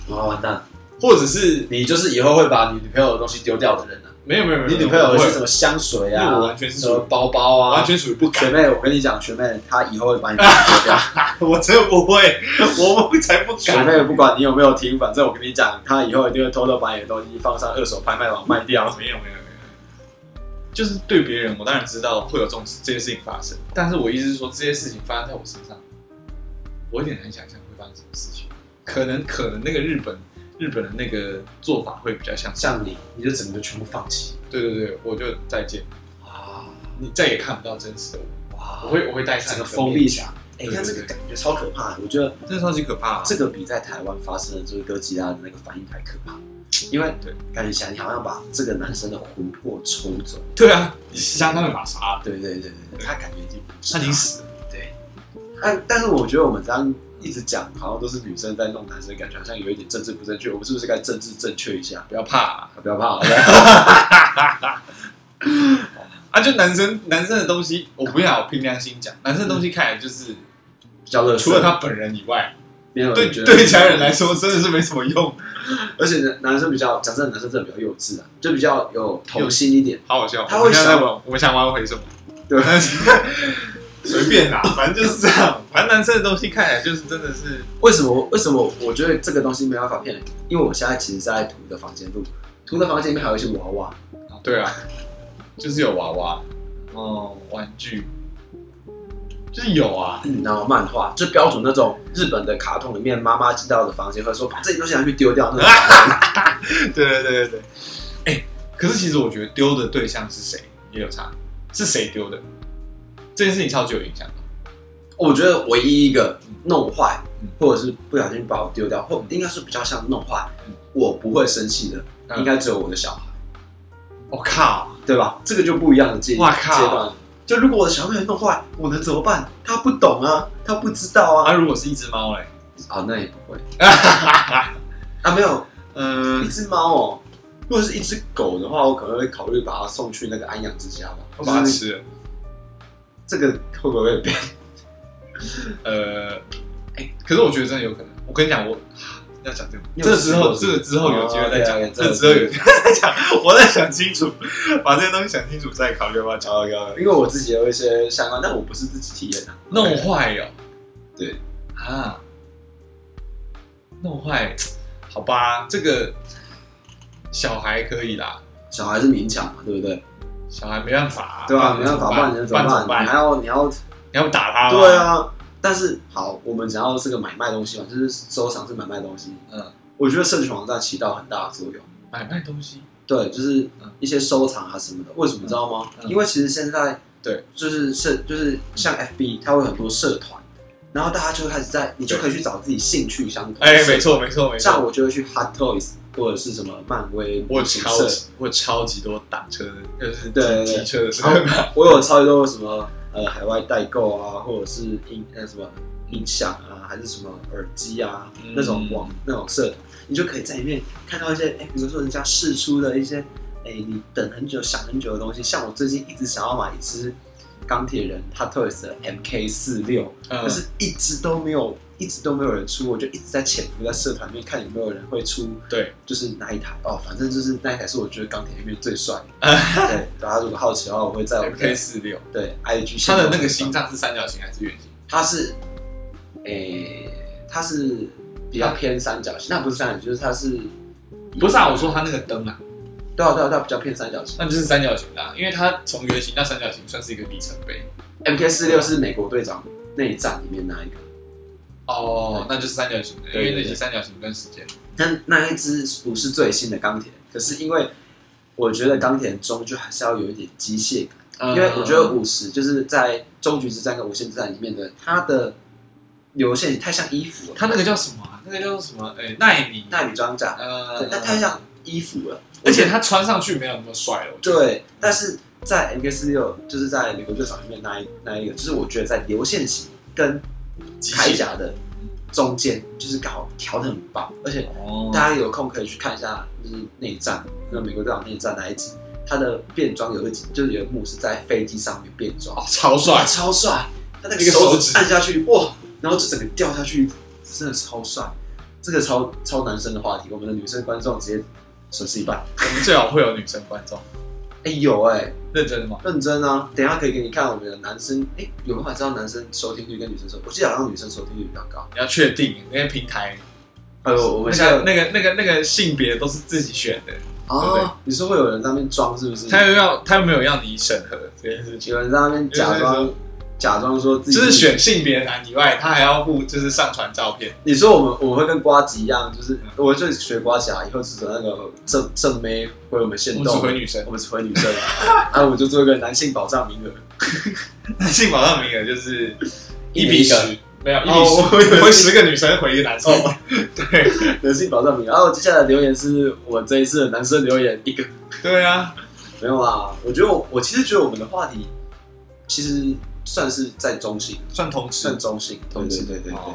哇，完蛋，
或者是
你就是以后会把你女朋友的东西丢掉的人啊。
没有没有没有，
你女朋友
我不
是
会
什么香水
因
啊？
为我完全是
什么包包
我
啊？
完全属于不敢，
学妹，我跟你讲，学妹她以后会把你丢掉。
我真的不会，我不才不
学
敢。
妹不管你有没有听，反正我跟你讲，她以后一定会偷偷把你的东西放上二手拍卖网卖掉。
没有没有没有，就是对别人，我当然知道会有这种这些事情发生，但是我意思是说，这些事情发生在我身上，我有点难想象会发生什么事情。可能可能那个日本日本的那个做法会比较像，
像你，你就整个全部放弃
对对对，我就再见，
啊！
你再也看不到真实的我，
哇
我会我会戴上
整个
一
封
面
闭起来。哎，你看这个感觉超可怕的，我觉得
具，真的超级可怕、啊。
这个比在台湾发生的就是哥吉拉的那个反应还可怕，因为
对
感觉起来你好像把这个男生的魂魄抽走。
对啊，你相当于把他杀了，
对对对对对，他感觉已经不是
他已经死了。
但但是我觉得我们这样一直讲，好像都是女生在弄男生，感觉好像有一点政治不正确。我们是不是该政治正确一下？
不要怕啊！
不要怕，好 吧
啊就男生男生的东西，我不要，我嗯凭良心讲，男生的东西看起来就是，
比较热。
除了，他本人以外，
没有
对
人觉得
对家人来，说真的是没什么用，
而且男男生比较，讲真的，男生真的比较幼稚啊，就比较有童心一点。
好好笑。
他
我们
会
现在在
想
玩，我们想玩回什么？
对，
随便啦，反正就是这样。反正男生的东西看起来就是真的是，
为什么？为什么？我觉得这个东西没办法骗人，因为我现在其实是在图的房间录，图的房间里面还有一些娃娃，哦
对啊，就是有娃娃，哦，玩具，就是有 啊，
嗯，然后漫画就标准那种日本的卡通里面，妈妈进到我的房间会说把这些东西拿去丢掉那种。
对对对对对。哎、可是其实我觉得丢的对象是谁也有差，是谁丢的这件事情超级有影响的。
我觉得唯一一个弄坏
嗯，
或者是不小心把我丢掉，或应该是比较像弄坏，我不会生气的，
嗯
应该只有我的小孩，
我、靠，
对吧？这个就不一样的阶
哇靠
阶段。就如果我的小朋友弄坏，我能怎么办？他不懂啊，他不知道
啊，
啊。
如果是一只猫嘞，
啊，那也 不会啊，没有
嗯
一，只猫哦。如果是一只狗的话，我可能会考虑把它送去那个安养之家吧。
我把它
就是
吃了。
这个会不会被？
呃，哎、可是我觉得真的有可能。我跟你讲，我啊要讲这个，
你
这
有
个
试
之后，
过
这个之后有机会再讲，
哦，OK，OK，
这个之后有机会再讲。我在想清楚， 把这些东西想清楚再考虑要不要讲。
有有，因为我自己有一些相关，但我不是自己体验啊的。
弄坏哦，
对
啊，弄坏，好吧，这个小孩可以啦，
小孩是勉强嘛，对不对？
小孩没办法、啊，
对吧？
不
没
然
办法，不
办
然你能
不
怎
然怎
么
么
办？你还
办？
要你要
你要打他吗？
对，啊。但是好，我们讲到这个买卖东西嘛，就是收藏是买卖东西。
嗯，
我觉得社群网站起到很大的作用。
买卖东西，
对，就是
嗯
一些收藏啊什么的。为什么你知道吗？
嗯
因为其实现在
对，嗯
就是社就是像 FB，它会有很多社团，然后大家就开始在，你就可以去找自己兴趣相同。
哎、没。错，没错，没
像
错。
我就会去 Hot Toys 或者是什么漫威
我
什么
超
社，
级我超级多挡车的，就是
对对
机机
对
车的时候
然，后我有超级多什么呃海外代购啊，或者是音呃什么音响啊，还是什么耳机啊、
嗯
那种网那种社团，你就可以在里面看到一些哎，比如说人家试出的一些哎你等很久想很久的东西，像我最近一直想要买一只钢铁人 Hot Toys 的 MK 四六，
嗯
可是一直都没有，一直都没有人出，我就一直在潜伏在社团里面看有没有人会出，
对，
就是那一台哦，反正就是那一台是我觉得钢铁里面最帅 的。对，大家如果好奇的话，我会在我们
MK
的
四六，
对 IG
它的那个心
线动上，
脏是三角形还是圆形？
它是诶，它是比较偏三角形，那不是三角形，就是它是
不是啊，我说它那个灯啊，
对啊对啊对啊，比较偏三角形。
那就是三角形的、啊，因为它从圆形到三角形算是一个里程碑。
MK 四六是美国队长内战里面那一个，
哦，那就是三角形的，因
对
为
对
那
对
些三角形跟时间。
但那一只不是最新的钢铁，可是因为我觉得钢铁终究还是要有一点机械感。
嗯
因为我觉得五十就是在终局之战跟无限之战里面的，它的流线太像衣服了，
它那个叫什么、啊？那个叫什么？哎、耐米。
纳米装甲，
呃
对，，它太像衣服了，
而且它穿上去没有那么帅了。我觉得，
对，但是在 MK 四六就是在美国队长里面那一那一个，就是我觉得在流线型跟
极
铠
限
甲的中间，就是刚好调的很棒，而且
哦
大家有空可以去看一下，就是内战，那美国队长内战那一集，他的变装有一集就是有一幕是在飞机上面变装。
哦超
哇，
帅，
超帅！他那个
一个
手
手
指
指
按下去，哇，然后就整个掉下去，真的超帅。这个超超男生的话题，我们的女生观众直接损失一半。
我们最好会有女生观众，
哎、有哎、
认真的吗？
认真啊！等一下可以给你看我们的男生，哎、有办法知道男生收听率跟女生收，我记得好像女生收听率比较高。
你要确定那些平台，
哎呦，我
那
们现在
个那个那个那个性别都是自己选的，对
啊，你说会有人在那边装是不是？
他又要他又没有要你审核这件事情，
有人在那边假
就是
装假装说自己
就是选性别男以外，他还要互就是上传照片。
你说我们我们会跟瓜吉一样，就是我就学瓜吉啊，以后只准那个正正妹回我们限
我
动，
们只回女生
我，们只回女生， 啊，我就做一个男性保障名额，
男性保障名额就是
一
一
比
比
一个
十，没有一比
哦我以为
十，回十个女生回一个男生。对
男性保障名额。然后接下来留言是我这一次的男生留言一个，
对啊，
没有啦，我觉得我我其实觉得我们的话题其实算是在中性，
算同
算
志，
中性，对
同
对
志
对对对。
哦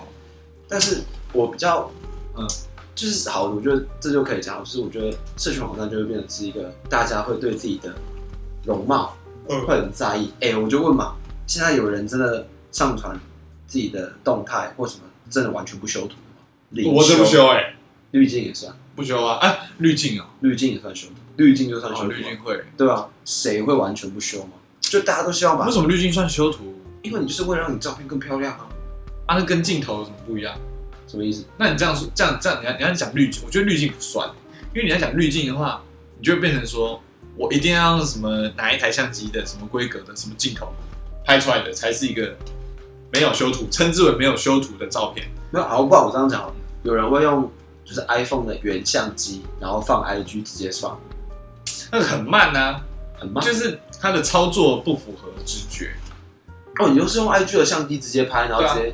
但是我比较，嗯
嗯，
就是好，我觉得这就可以讲，就是我觉得社群网站就会变成是一个大家会对自己的容貌
嗯
会很在意。哎、我就问嘛，现在有人真的上传自己的动态或什么，真的完全不修图的吗？零
我这不修哎、
滤镜也算，
不修啊，哎、滤镜哦，
滤镜也算修图，滤镜就算
哦
修图
滤
嘛、
镜会，
对啊，谁会完全不修吗？就大家都希望把
为，什么滤镜算修图？
因为你就是为了让你照片更漂亮啊，
啊，那跟镜头有什么不一样？
什么意思？
那你这样说，这样这样，你要你要讲滤镜，我觉得滤镜不算，因为你要讲滤镜的话，你就会变成说我一定要用什么哪一台相机的什么规格的什么镜头拍出来的才是一个没有修图，称之为没有修图的照片。
那好，不然我这样讲好了，有人会用就是 iPhone 的原相机，然后放 IG 直接放，
那个很慢呐、
很慢。
就是它的操作不符合直觉。
哦，你就是用 IG 的相机直接拍，然后直接。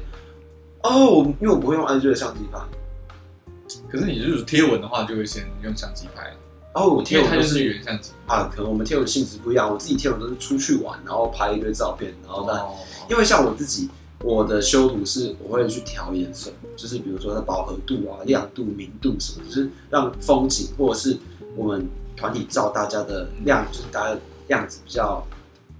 哦，我因为我不会用 IG 的相机拍，
可是你如果贴文的话，就会先用相机拍，
然后哦我贴
因为
文
它
都
就是原相机。
啊，可能我们贴文性质不一样。我自己贴文都是出去玩，然后拍一堆照片，然后再、
哦
因为像我自己，我的修图是我会去调颜色，就是比如说它饱和度啊、亮度、明度什么，就是让风景或者是我们团体照大家的亮，就是大家的样子比较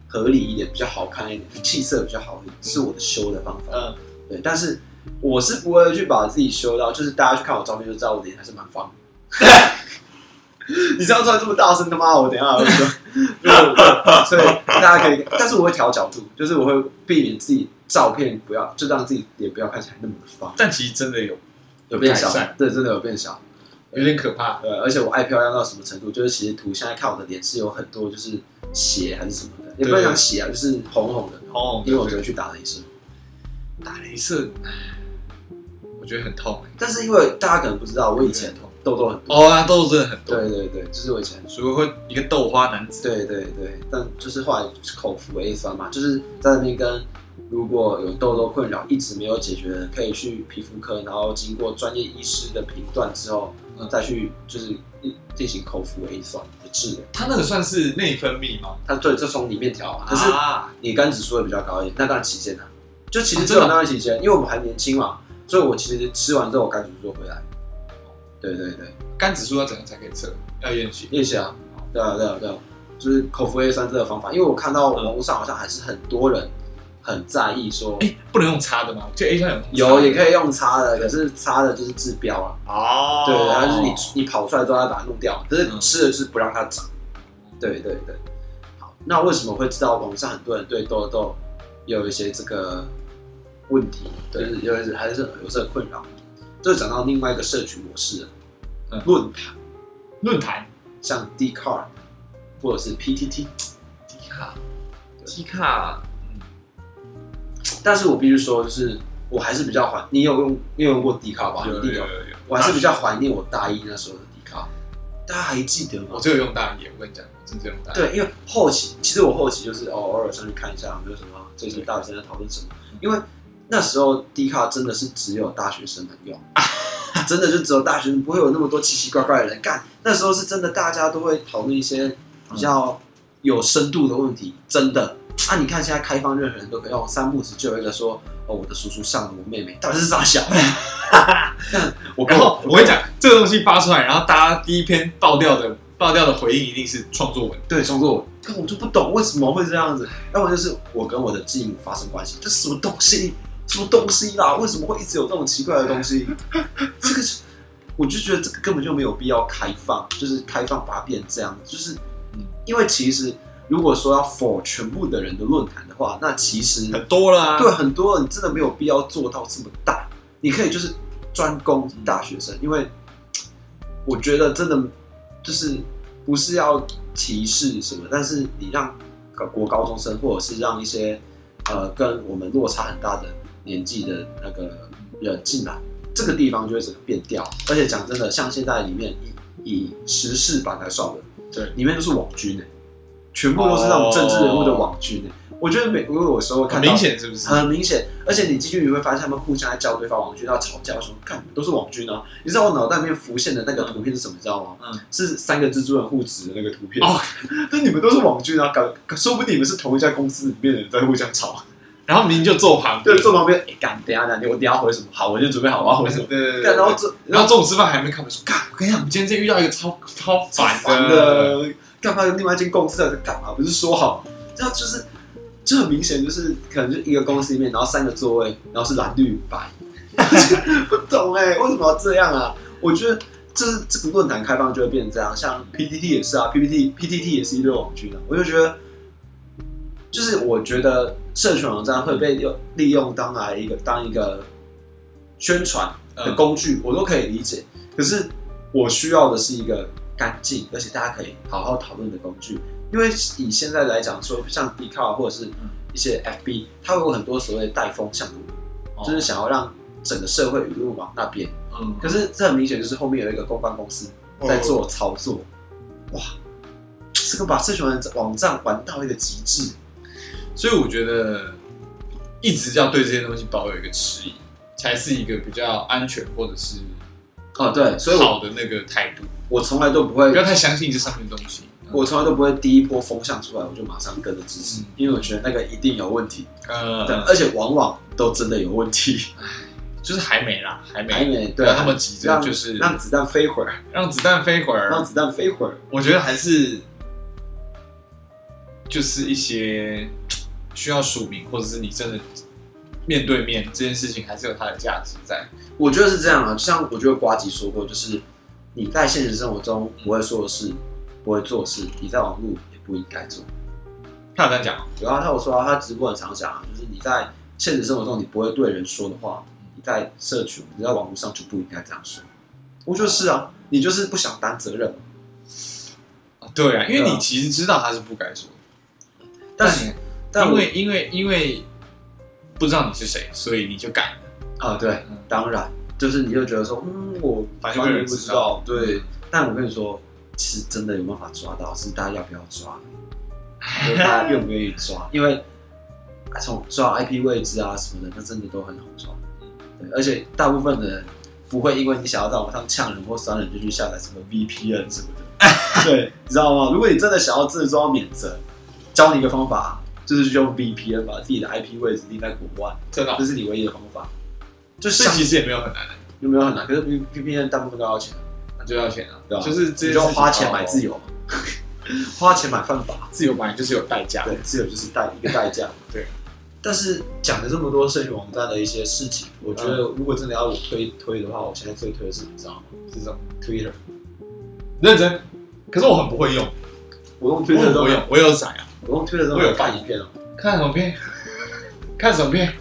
合理一点，比较好看一点，气色比较好一点，是我的修的方法。
嗯，
对，但是我是不会去把自己修到，就是大家去看我照片就知道我脸还是蛮方的。 你这样突然这么大声的骂我，等一下我就说，就是所以大家可以，但是我会调角度，就是我会避免自己照片不要，就让自己脸不要看起来那么的方，
但其实真的有
有变小
改善，
对，真的有变小。
有点可怕。
呃，而且我爱漂亮到什么程度？就是其实图现在看我的脸是有很多就是血还是什么的，也不能讲血啊，就是红红的，
红红的
因为我昨天去打雷声。
哦打镭射，唉我觉得很痛、欸。
但是因为大家可能不知道，我以前痘痘很多，
哦，那痘真的很多，
对对对，就是我以前
所以会一个豆花男子。
对对对，但就是后来口服 A 酸嘛，就是在那边跟如果有痘痘困扰一直没有解决的，可以去皮肤科，然后经过专业医师的评断之后，
嗯
再去就是进行口服 A 酸的治疗。
他那个算是内分泌吗？
它对，就从里面调啊，可是
啊
你肝指数会比较高一点，那段期间呢、就其实
啊
只
真的
有那段期间，因为我们还年轻嘛，所以我其实吃完之后我肝指数就回来。对对对，
肝指数要怎样才可以测？要验血。
练习啊，对啊对啊对啊，就是口服 A 酸这个方法，因为我看到
嗯
网络上好像还是很多人很在意说，
哎、不能用擦的吗？就 A 酸有用
有也
以
可以用擦的，可是擦的就是治标啊，
哦。
对，然后就是你你跑出来之后要把它弄掉，可是
嗯
吃的就是不让它长，对对对。好，那为什么会知道网上很多人对痘痘有一些这个问题，就是有人还是有这个困扰？就讲到另外一个社群模式了
嗯
论坛，
论坛
像 d c a r 或者是 PTT。
低卡，低卡，嗯，
但是我必须说，就是我还是比较怀，你有用，你有用过迪卡吧？
有
一定
哦有
有。
有有，
我还是比较怀念我大一那时候的迪卡，大家还记得
我
吗？
只有用大一，我跟你讲，我真的只啊有用大一。
对，因为后期其实我后期就是哦，偶尔上去看一下有没有什么最近大学生在讨论什么，因为那时候迪卡真的是只有大学生能用，真的就只有大学生，不会有那么多奇奇怪怪的人干。那时候是真的，大家都会讨论一些比较有深度的问题，真的。啊，你看现在开放，任何人都可以用。三步子就有一个说，哦，我的叔叔上了我妹妹，到底是傻小？我
然后我跟你讲，这个东西发出来，然后大家第一篇爆掉的爆掉的回应一定是创作文，
对，创作我，但我就不懂为什么会这样子。要么就是我跟我的继母发生关系，这什么东西？什么东西啦？为什么会一直有这种奇怪的东西？这个是，我就觉得这个根本就没有必要开放，就是开放把它变这样，就是
嗯
因为其实如果说要 for 全部的人的论坛的话，那其实
很多啊啦。
对，很多人真的没有必要做到这么大，你可以就是专攻大学生，因为我觉得真的就是不是要歧视什么，但是你让国高中生或者是让一些呃跟我们落差很大的年纪的那个人进来，这个地方就会整个变掉。而且讲真的，像现在里面以以时事版来算的，
对
里面都是网军欸全部都是那种政治人物的网军欸我觉得每我有时候看
很
到
明显是不是？
很明显，而且你进去你会发现他们互相在叫对方网军，然后吵架说看你们都是网军啊！你知道我脑袋里面浮现的那个图片是什么？你知道吗？
嗯
是三个蜘蛛人互指的那个图片。
哦，
但你们都是网军啊，搞搞说不定你们是同一家公司里面的人在互相
嗯
吵。
然后明明就坐旁边
对，，坐旁边，哎、干，等一下，等一下，我等一下回什么？好，我就准备好我要回什么
对。对对
干，
对，
然后这，
然后中午吃饭还没看，我说干，我跟你讲，我们今天真遇到一个超超烦
烦
的，
的，干嘛另外一间公司在干嘛？不是说好，这样就是就很明显，就是可能就一个公司里面，然后三个座位，然后是蓝绿白， 不懂哎、为什么要这样啊？我觉得就是这个论坛开放就会变成这样，像 PTT 也是啊，PPT PTT 也是一堆网军啊，我就觉得。就是我觉得社群网站会被用利用当来一个当一个宣传的工具，我都可以理解。可是我需要的是一个干净，而且大家可以好好讨论的工具。因为以现在来讲说，像 d c a r 或者是一些 FB，它会有很多所谓的带风向度，
哦
就是想要让整个社会舆论往那边。
嗯，
可是这很明显就是后面有一个公关公司
哦
在做操作，哇，这个把社群网站网站玩到一个极致。
所以我觉得一直要对这些东西保有一个迟疑，才是一个比较安全或者是
哦，对，所以我
好的那个态度，
我从来都不会
不要太相信这上面的东西。
我从来都不会第一波风向出来，我就马上跟着支持
嗯，
因为我觉得那个一定有问题，对，
呃，
而且往往都真的有问题。
就是还没啦，还 没，
还没对啊
不要那么急着，
让
就是
让子弹飞会儿，
让子弹飞会
让
儿。
子弹飞会儿。
我觉得还是就是一些需要署名，或者是你真的面对面这件事情，还是有它的价值在。
我觉得是这样啊，就像我觉得瓜吉说过，就是你在现实生活中不会说的事，不会做的事，你在网络也不应该做。
他有这样讲吗，
有啊，他有说啊，他直播很常讲啊，就是你在现实生活中你不会对人说的话，你在社群、你在网络上就不应该这样说。我觉得是啊，你就是不想担责任嘛。
啊对啊，因为
对啊
你其实知道他是不该说的，
但
你
是，但
因
我
为因为因为不知道你是谁，所以你就敢了。
啊，对
嗯，
当然，就是你就觉得说，嗯，我
反正没有人
不
知
知
道嗯
道，对。但我跟你说，其实真的有办法抓到，是大家要不要抓， 就是大家愿不愿意抓，因为啊从抓 IP 位置啊什么的，那真的都很好抓。对，而且大部分的人不会因为你想要在网上呛人或酸人，就去下载什么 VPN 什么 的。对，你知道吗？如果你真的想要自装免责，教你一个方法，就是用 VPN 把自己的 IP 位置定在国外，
真的哦、
这是你唯一的方法。就
这
像
其实也没有很难的，
有没有很难？可是 V V P N 大部分都要钱，
那就要钱啊，
对吧？
就是这些
你就
事情
花钱买
哦
自由嘛，花钱买犯法，
自由本来就是有代价。
对，自由就是代一个代价，
对。
但是讲了这么多社群网站的一些事情，我觉得
嗯
如果真的要我推推的话，我现在最推的是你知道吗？
是这种
Twitter，
认真，可是我很不会用，
我用
我
Twitter
很
都
不会
有，
用，我有宰啊，
我用 Twitter 都
我有
有看影片哦。
看什么 片？看什么片？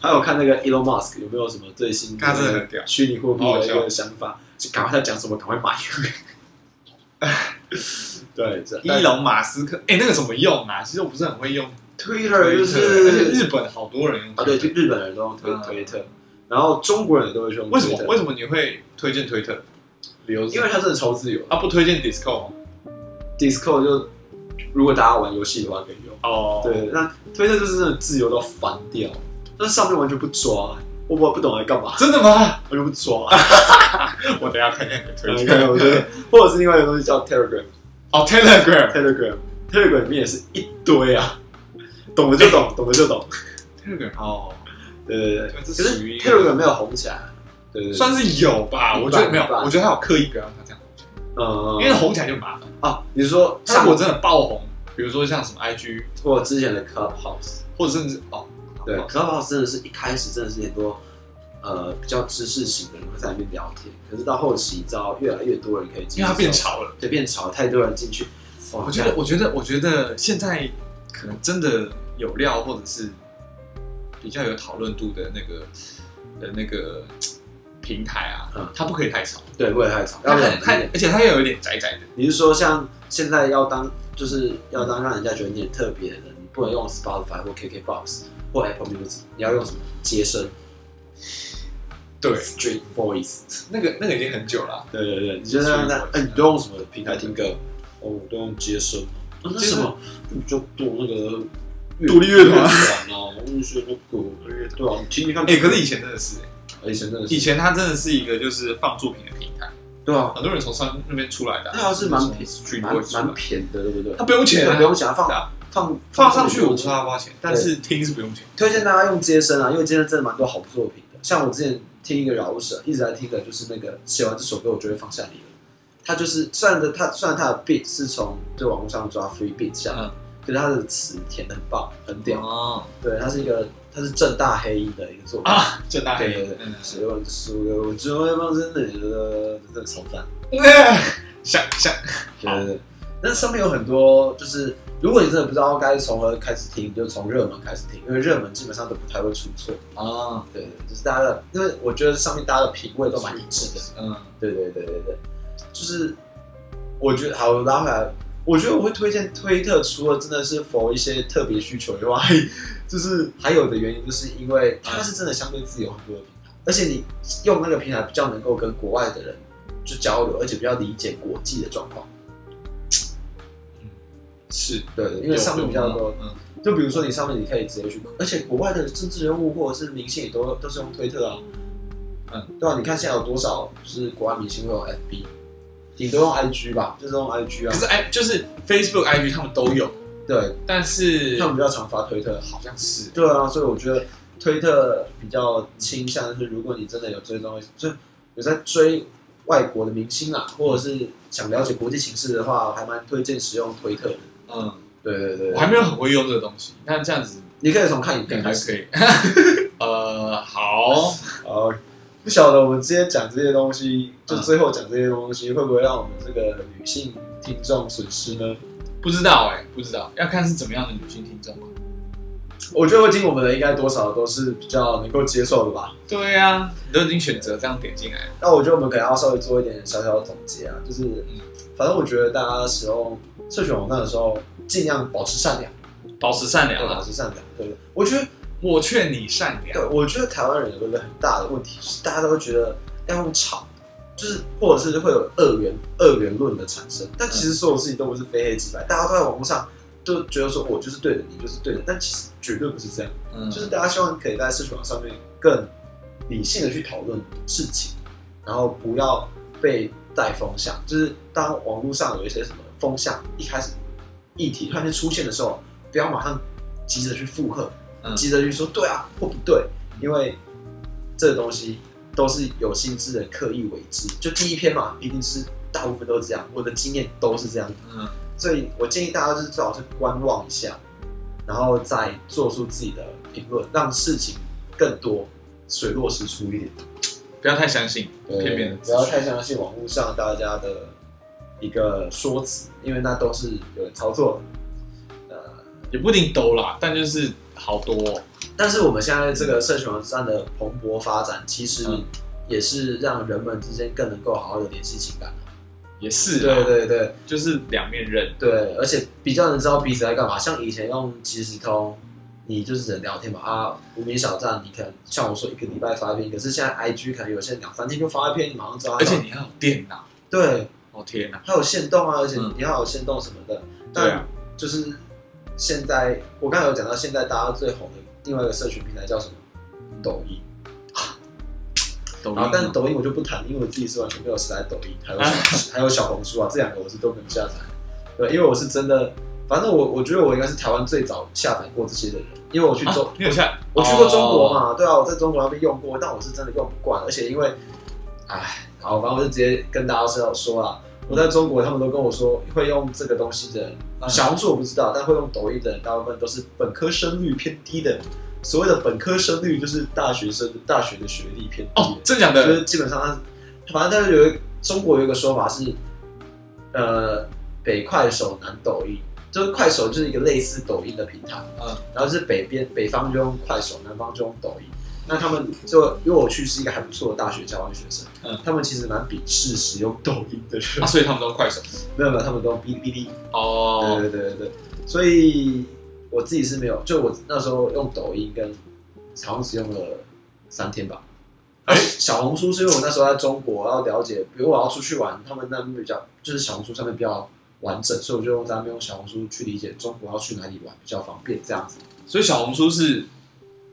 还有看那个 Elon Musk 有没有什么最新的
他真的很屌
虚拟货币
好好
的一
笑
个想法，就赶快他讲什么赶快买。 对，这
伊隆马斯克，哎、那个怎么用啊？其实我不是很会用，
Twitter 就
而且
是
日本好多人用
啊，对，就
Twitter
日本人都用推
嗯
推特，然后中国人也都会用
为什么
Twitter
为什么你会推荐推特？理由是
因为它真的超自由。
啊，不推荐 Discord 吗
Discord 就如果大家玩游戏的话可以用，
哦，
对，那推特就是真的自由到翻掉，那上面完全不抓，我我不懂来干嘛，
真的吗？
我就 不抓。
我等一下看看你的推
你
荐
看，我觉得，或者是另外一个东西叫 Telegram，Telegram，Telegram
哦，Telegram，Telegram
里面也是一堆啊，懂的就懂，懂的就懂，
哦，
对对对。
对
可
这
是
属于一个
Telegram 没有红起来，啊对对，对
算是有吧？
一半
我觉得没有
一，半
我觉得他有刻意不要让他这样红起来，
嗯，
因为红起来就麻烦。
啊，你是说
但
像
如果
我
真的爆红，比如说像什么 IG，
我之前的 Clubhouse。
或者甚至哦，
对
哦
，Clubhouse 真的是一开始真的是很多呃比较知识型的人会在里面聊天，可是到后期，你知道越来越多人可以进去，
因为它变，潮了。
对，变潮，太多人进去。哇
我觉得，我觉得，我觉得现在可能真的有料，或者是比较有讨论度的那个的那个嘖平台啊，
嗯
它不可以太潮，
对，不会太潮。
它
要不
很
然
它
太，
而且它要有一点窄窄的。
你是说像现在要当就是要当让人家觉得你很特别的人，你不能用 Spotify 或 KKBox 或 Apple Music，你要用什么接生
对，
Street Voice？
那个那个已经很久了啊，
对对对，你就在那，哎、你都用什么平台听歌？哦，我都用接生。
哦
啊、那什么？你就做那个
独立乐团
啊，我跟你说那个乐团，对啊，你听听看。
哎，可是以前真的是，
以前真的是
以，前它真的是一个就是放作品的平台，
对啊，
很多人从上那边出来的啊，
那还是蛮
从
便
Street
蛮
Boy 出来
蛮便的，对不对
它？不用钱啊，
不用钱啊，放
对啊
放
放上去我不
我
知道要不啊要钱，但是听是不用钱。
推荐大家用接生啊，因为接生真的蛮多好作品的。像我之前听一个饶舌，一直在听的就是那个写完这首歌我就会放下你了。他就是虽然的他虽然他的 beat 是从就网络上抓 free beat 下来，
嗯
可是他的词填的很棒，很屌。
哦
对，他是一个他是正大黑鹰的一个作品。
啊，正大
对
黑
对
人
对，
嗯，
写完这首歌我就会放真的觉得真的超赞。
啊想想
对对对，那上面有很多就是，如果你真的不知道该从何开始听，你就从热门开始听，因为热门基本上都不太会出错。
啊，
对对，对就是大家的，因为我觉得上面大家的品哦味都蛮一致的。
嗯，
对对对对对，就是我觉得好拉回来，我觉得我会推荐推特，除了真的是否一些特别需求以外，就是还有的原因，就是因为它是真的相对自由很多的平台，而且你用那个平台比较能够跟国外的人就交流，而且比较理解国际的状况。
是，
对对，因为上面比较多，
嗯，
就比如说你上面你可以直接去，而且国外的政治人物或者是明星也都都是用推特啊，
嗯，
对啊，你看现在有多少就是国外明星会有 FB，顶多用 IG 吧，就是用 IG
可
啊，
是 I 就是 Facebook、IG 他们都有，
对，
但是
他们比较常发推特，
好像是
对啊，所以我觉得推特比较倾向是，如果你真的有追踪，就有在追外国的明星啊，或者是想了解国际形势的话，还蛮推荐使用推特的。
嗯，
对对对
我还没有很会用这个东西，但这样子
你可以从看影片
感
开
觉
始。
可以。 呃，好，
哦，不晓得我们今天讲这些东西，就最后讲这些东西，会不会让我们这个女性听众损失呢？
不知道
欸
哎、不知道，要看是怎么样的女性听众。啊
我觉得会听我们的，应该多少都是比较能够接受的吧。
对呀、啊，你都已经选择这样点进来了，
那我觉得我们可能要稍微做一点小小的总结啊，就是，反正我觉得大家使用社群网站的时候，尽量保持善良，
保持善良
对，保
啊！
持善良，对不对？我觉得，
我劝你善良
对，。我觉得台湾人有一个很大的问题，是大家都会觉得要用吵，就是或者是会有二元二元论的产生，但其实所有事情都不是非黑即白，大家都在网络上都觉得说我就是对的，你就是对的，但其实绝对不是这样，
嗯，
就是大家希望可以在社群网上面更理性的去讨论事情，然后不要被带风向。就是当网络上有一些什么风向一开始议题突然间出现的时候，不要马上急着去附和
嗯，
急着去说对啊或不对，因为这东西都是有心之人刻意为之。就第一篇嘛，一定是大部分都是这样，我的经验都是这样。
嗯，
所以我建议大家就是最好是观望一下，然后再做出自己的评论，让事情更多水落石出一点。
不要太相信片面的
不
资讯
要太相信网络上大家的一个说辞，因为那都是有人操作的。呃，
也不一定都啦，但就是好多哦、
但是我们现在这个社群网站的蓬勃发展，其实
嗯
也是让人们之间更能够好好的联系情感。
也是啦，
对对对，
就是两面刃。
对，而且比较能知道彼此在干嘛。像以前用即时通，你就是只能聊天嘛啊，无名小站，你可能像我说一个礼拜发一篇，可是现在 IG 可能有些人两三天就发一篇，你马上知道
而
他干
且
嘛。
你还有电脑，
对，
哦天哪、
还有限动啊，而且
嗯
你还有限动什么的。
对
但
啊
就是现在，我刚才有讲到，现在大家最红的另外一个社群平台叫什么？抖音。
抖音
然
啊
后，但抖音我就不谈，因为我自己是完全没有时代抖音，还有 小还有小红书啊，这两个我是都没有下载。对，因为我是真的，反正我我觉得我应该是台湾最早下载过这些的人，因为我去中、
啊你有下？
我去过中国
哦？
嘛，对啊，我在中国那边用过，但我是真的用不惯，而且因为，唉，好，反正我就直接跟大家说说啦，我在中国他们都跟我说会用这个东西的人，啊
嗯
小红书我不知道，但会用抖音的人大部分都是本科生率偏低的。所谓的本科生率就是大学生大学的学历偏低的
哦，真假
就
的？
是基本上他是，反正他有一中国有一个说法是，呃，北快手南抖音，就是快手就是一个类似抖音的平台，
嗯，
然后是北边北方就用快手，南方就用抖音。那他们就因为我去是一个还不错的大学交换学生，
嗯
他们其实蛮鄙视使用抖音的人，
啊，所以他们都是快手
没有没有，他们都用哔哩哔哩，
哦。
对对对对对，所以我自己是没有，就我那时候用抖音跟好像只用了三天吧。
哎
小红书是因为我那时候在中国，要了解，比如我要出去玩，他们那边比较就是小红书上面比较完整，所以我就用在那边用小红书去理解中国要去哪里玩比较方便这样子。
所以小红书是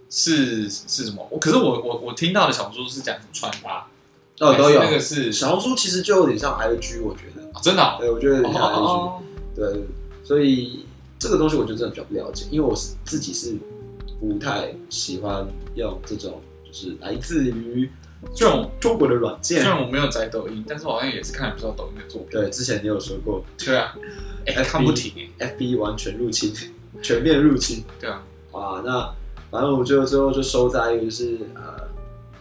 是是什么？我可是我我我听到的小红书是讲穿搭，
哦，都有
还是那个是
小红书其实就有点像 IG，我觉得，
啊真的哦
对，我觉得有点像 IG。
哦，
对，所以这个东西我就真的比较不了解，因为我是自己是不太喜欢用这种就是来自于
这种
中国的软
虽
件。
然我没有在抖音，但是我好像也是看了不少抖音的作品。
对，之前你有说过
对啊，哎、
FB
看不停
，FB 完全入侵，全面入侵
哎，对啊，
啊。那反正我就最后就收在一个就是呃，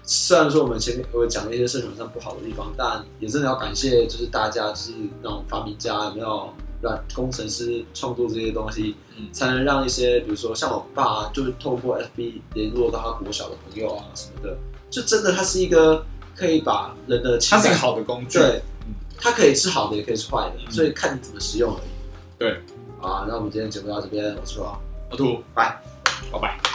虽然说我们前面我讲了一些社群上不好的地方，但也真的要感谢就是大家就是那种发明家有没有软工程师创作这些东西，
嗯
才能让一些，比如说像我爸，就是透过 FB 联络到他国小的朋友啊什么的，就真的他是一个可以把人的情
它是一
感
个好的工具。
对
嗯，
它可以是好的，也可以是坏的，
嗯
所以看你怎么使用而已。
对，
好啊，那我们今天节目到这边，我是罗。
阿兔，
拜，
拜拜。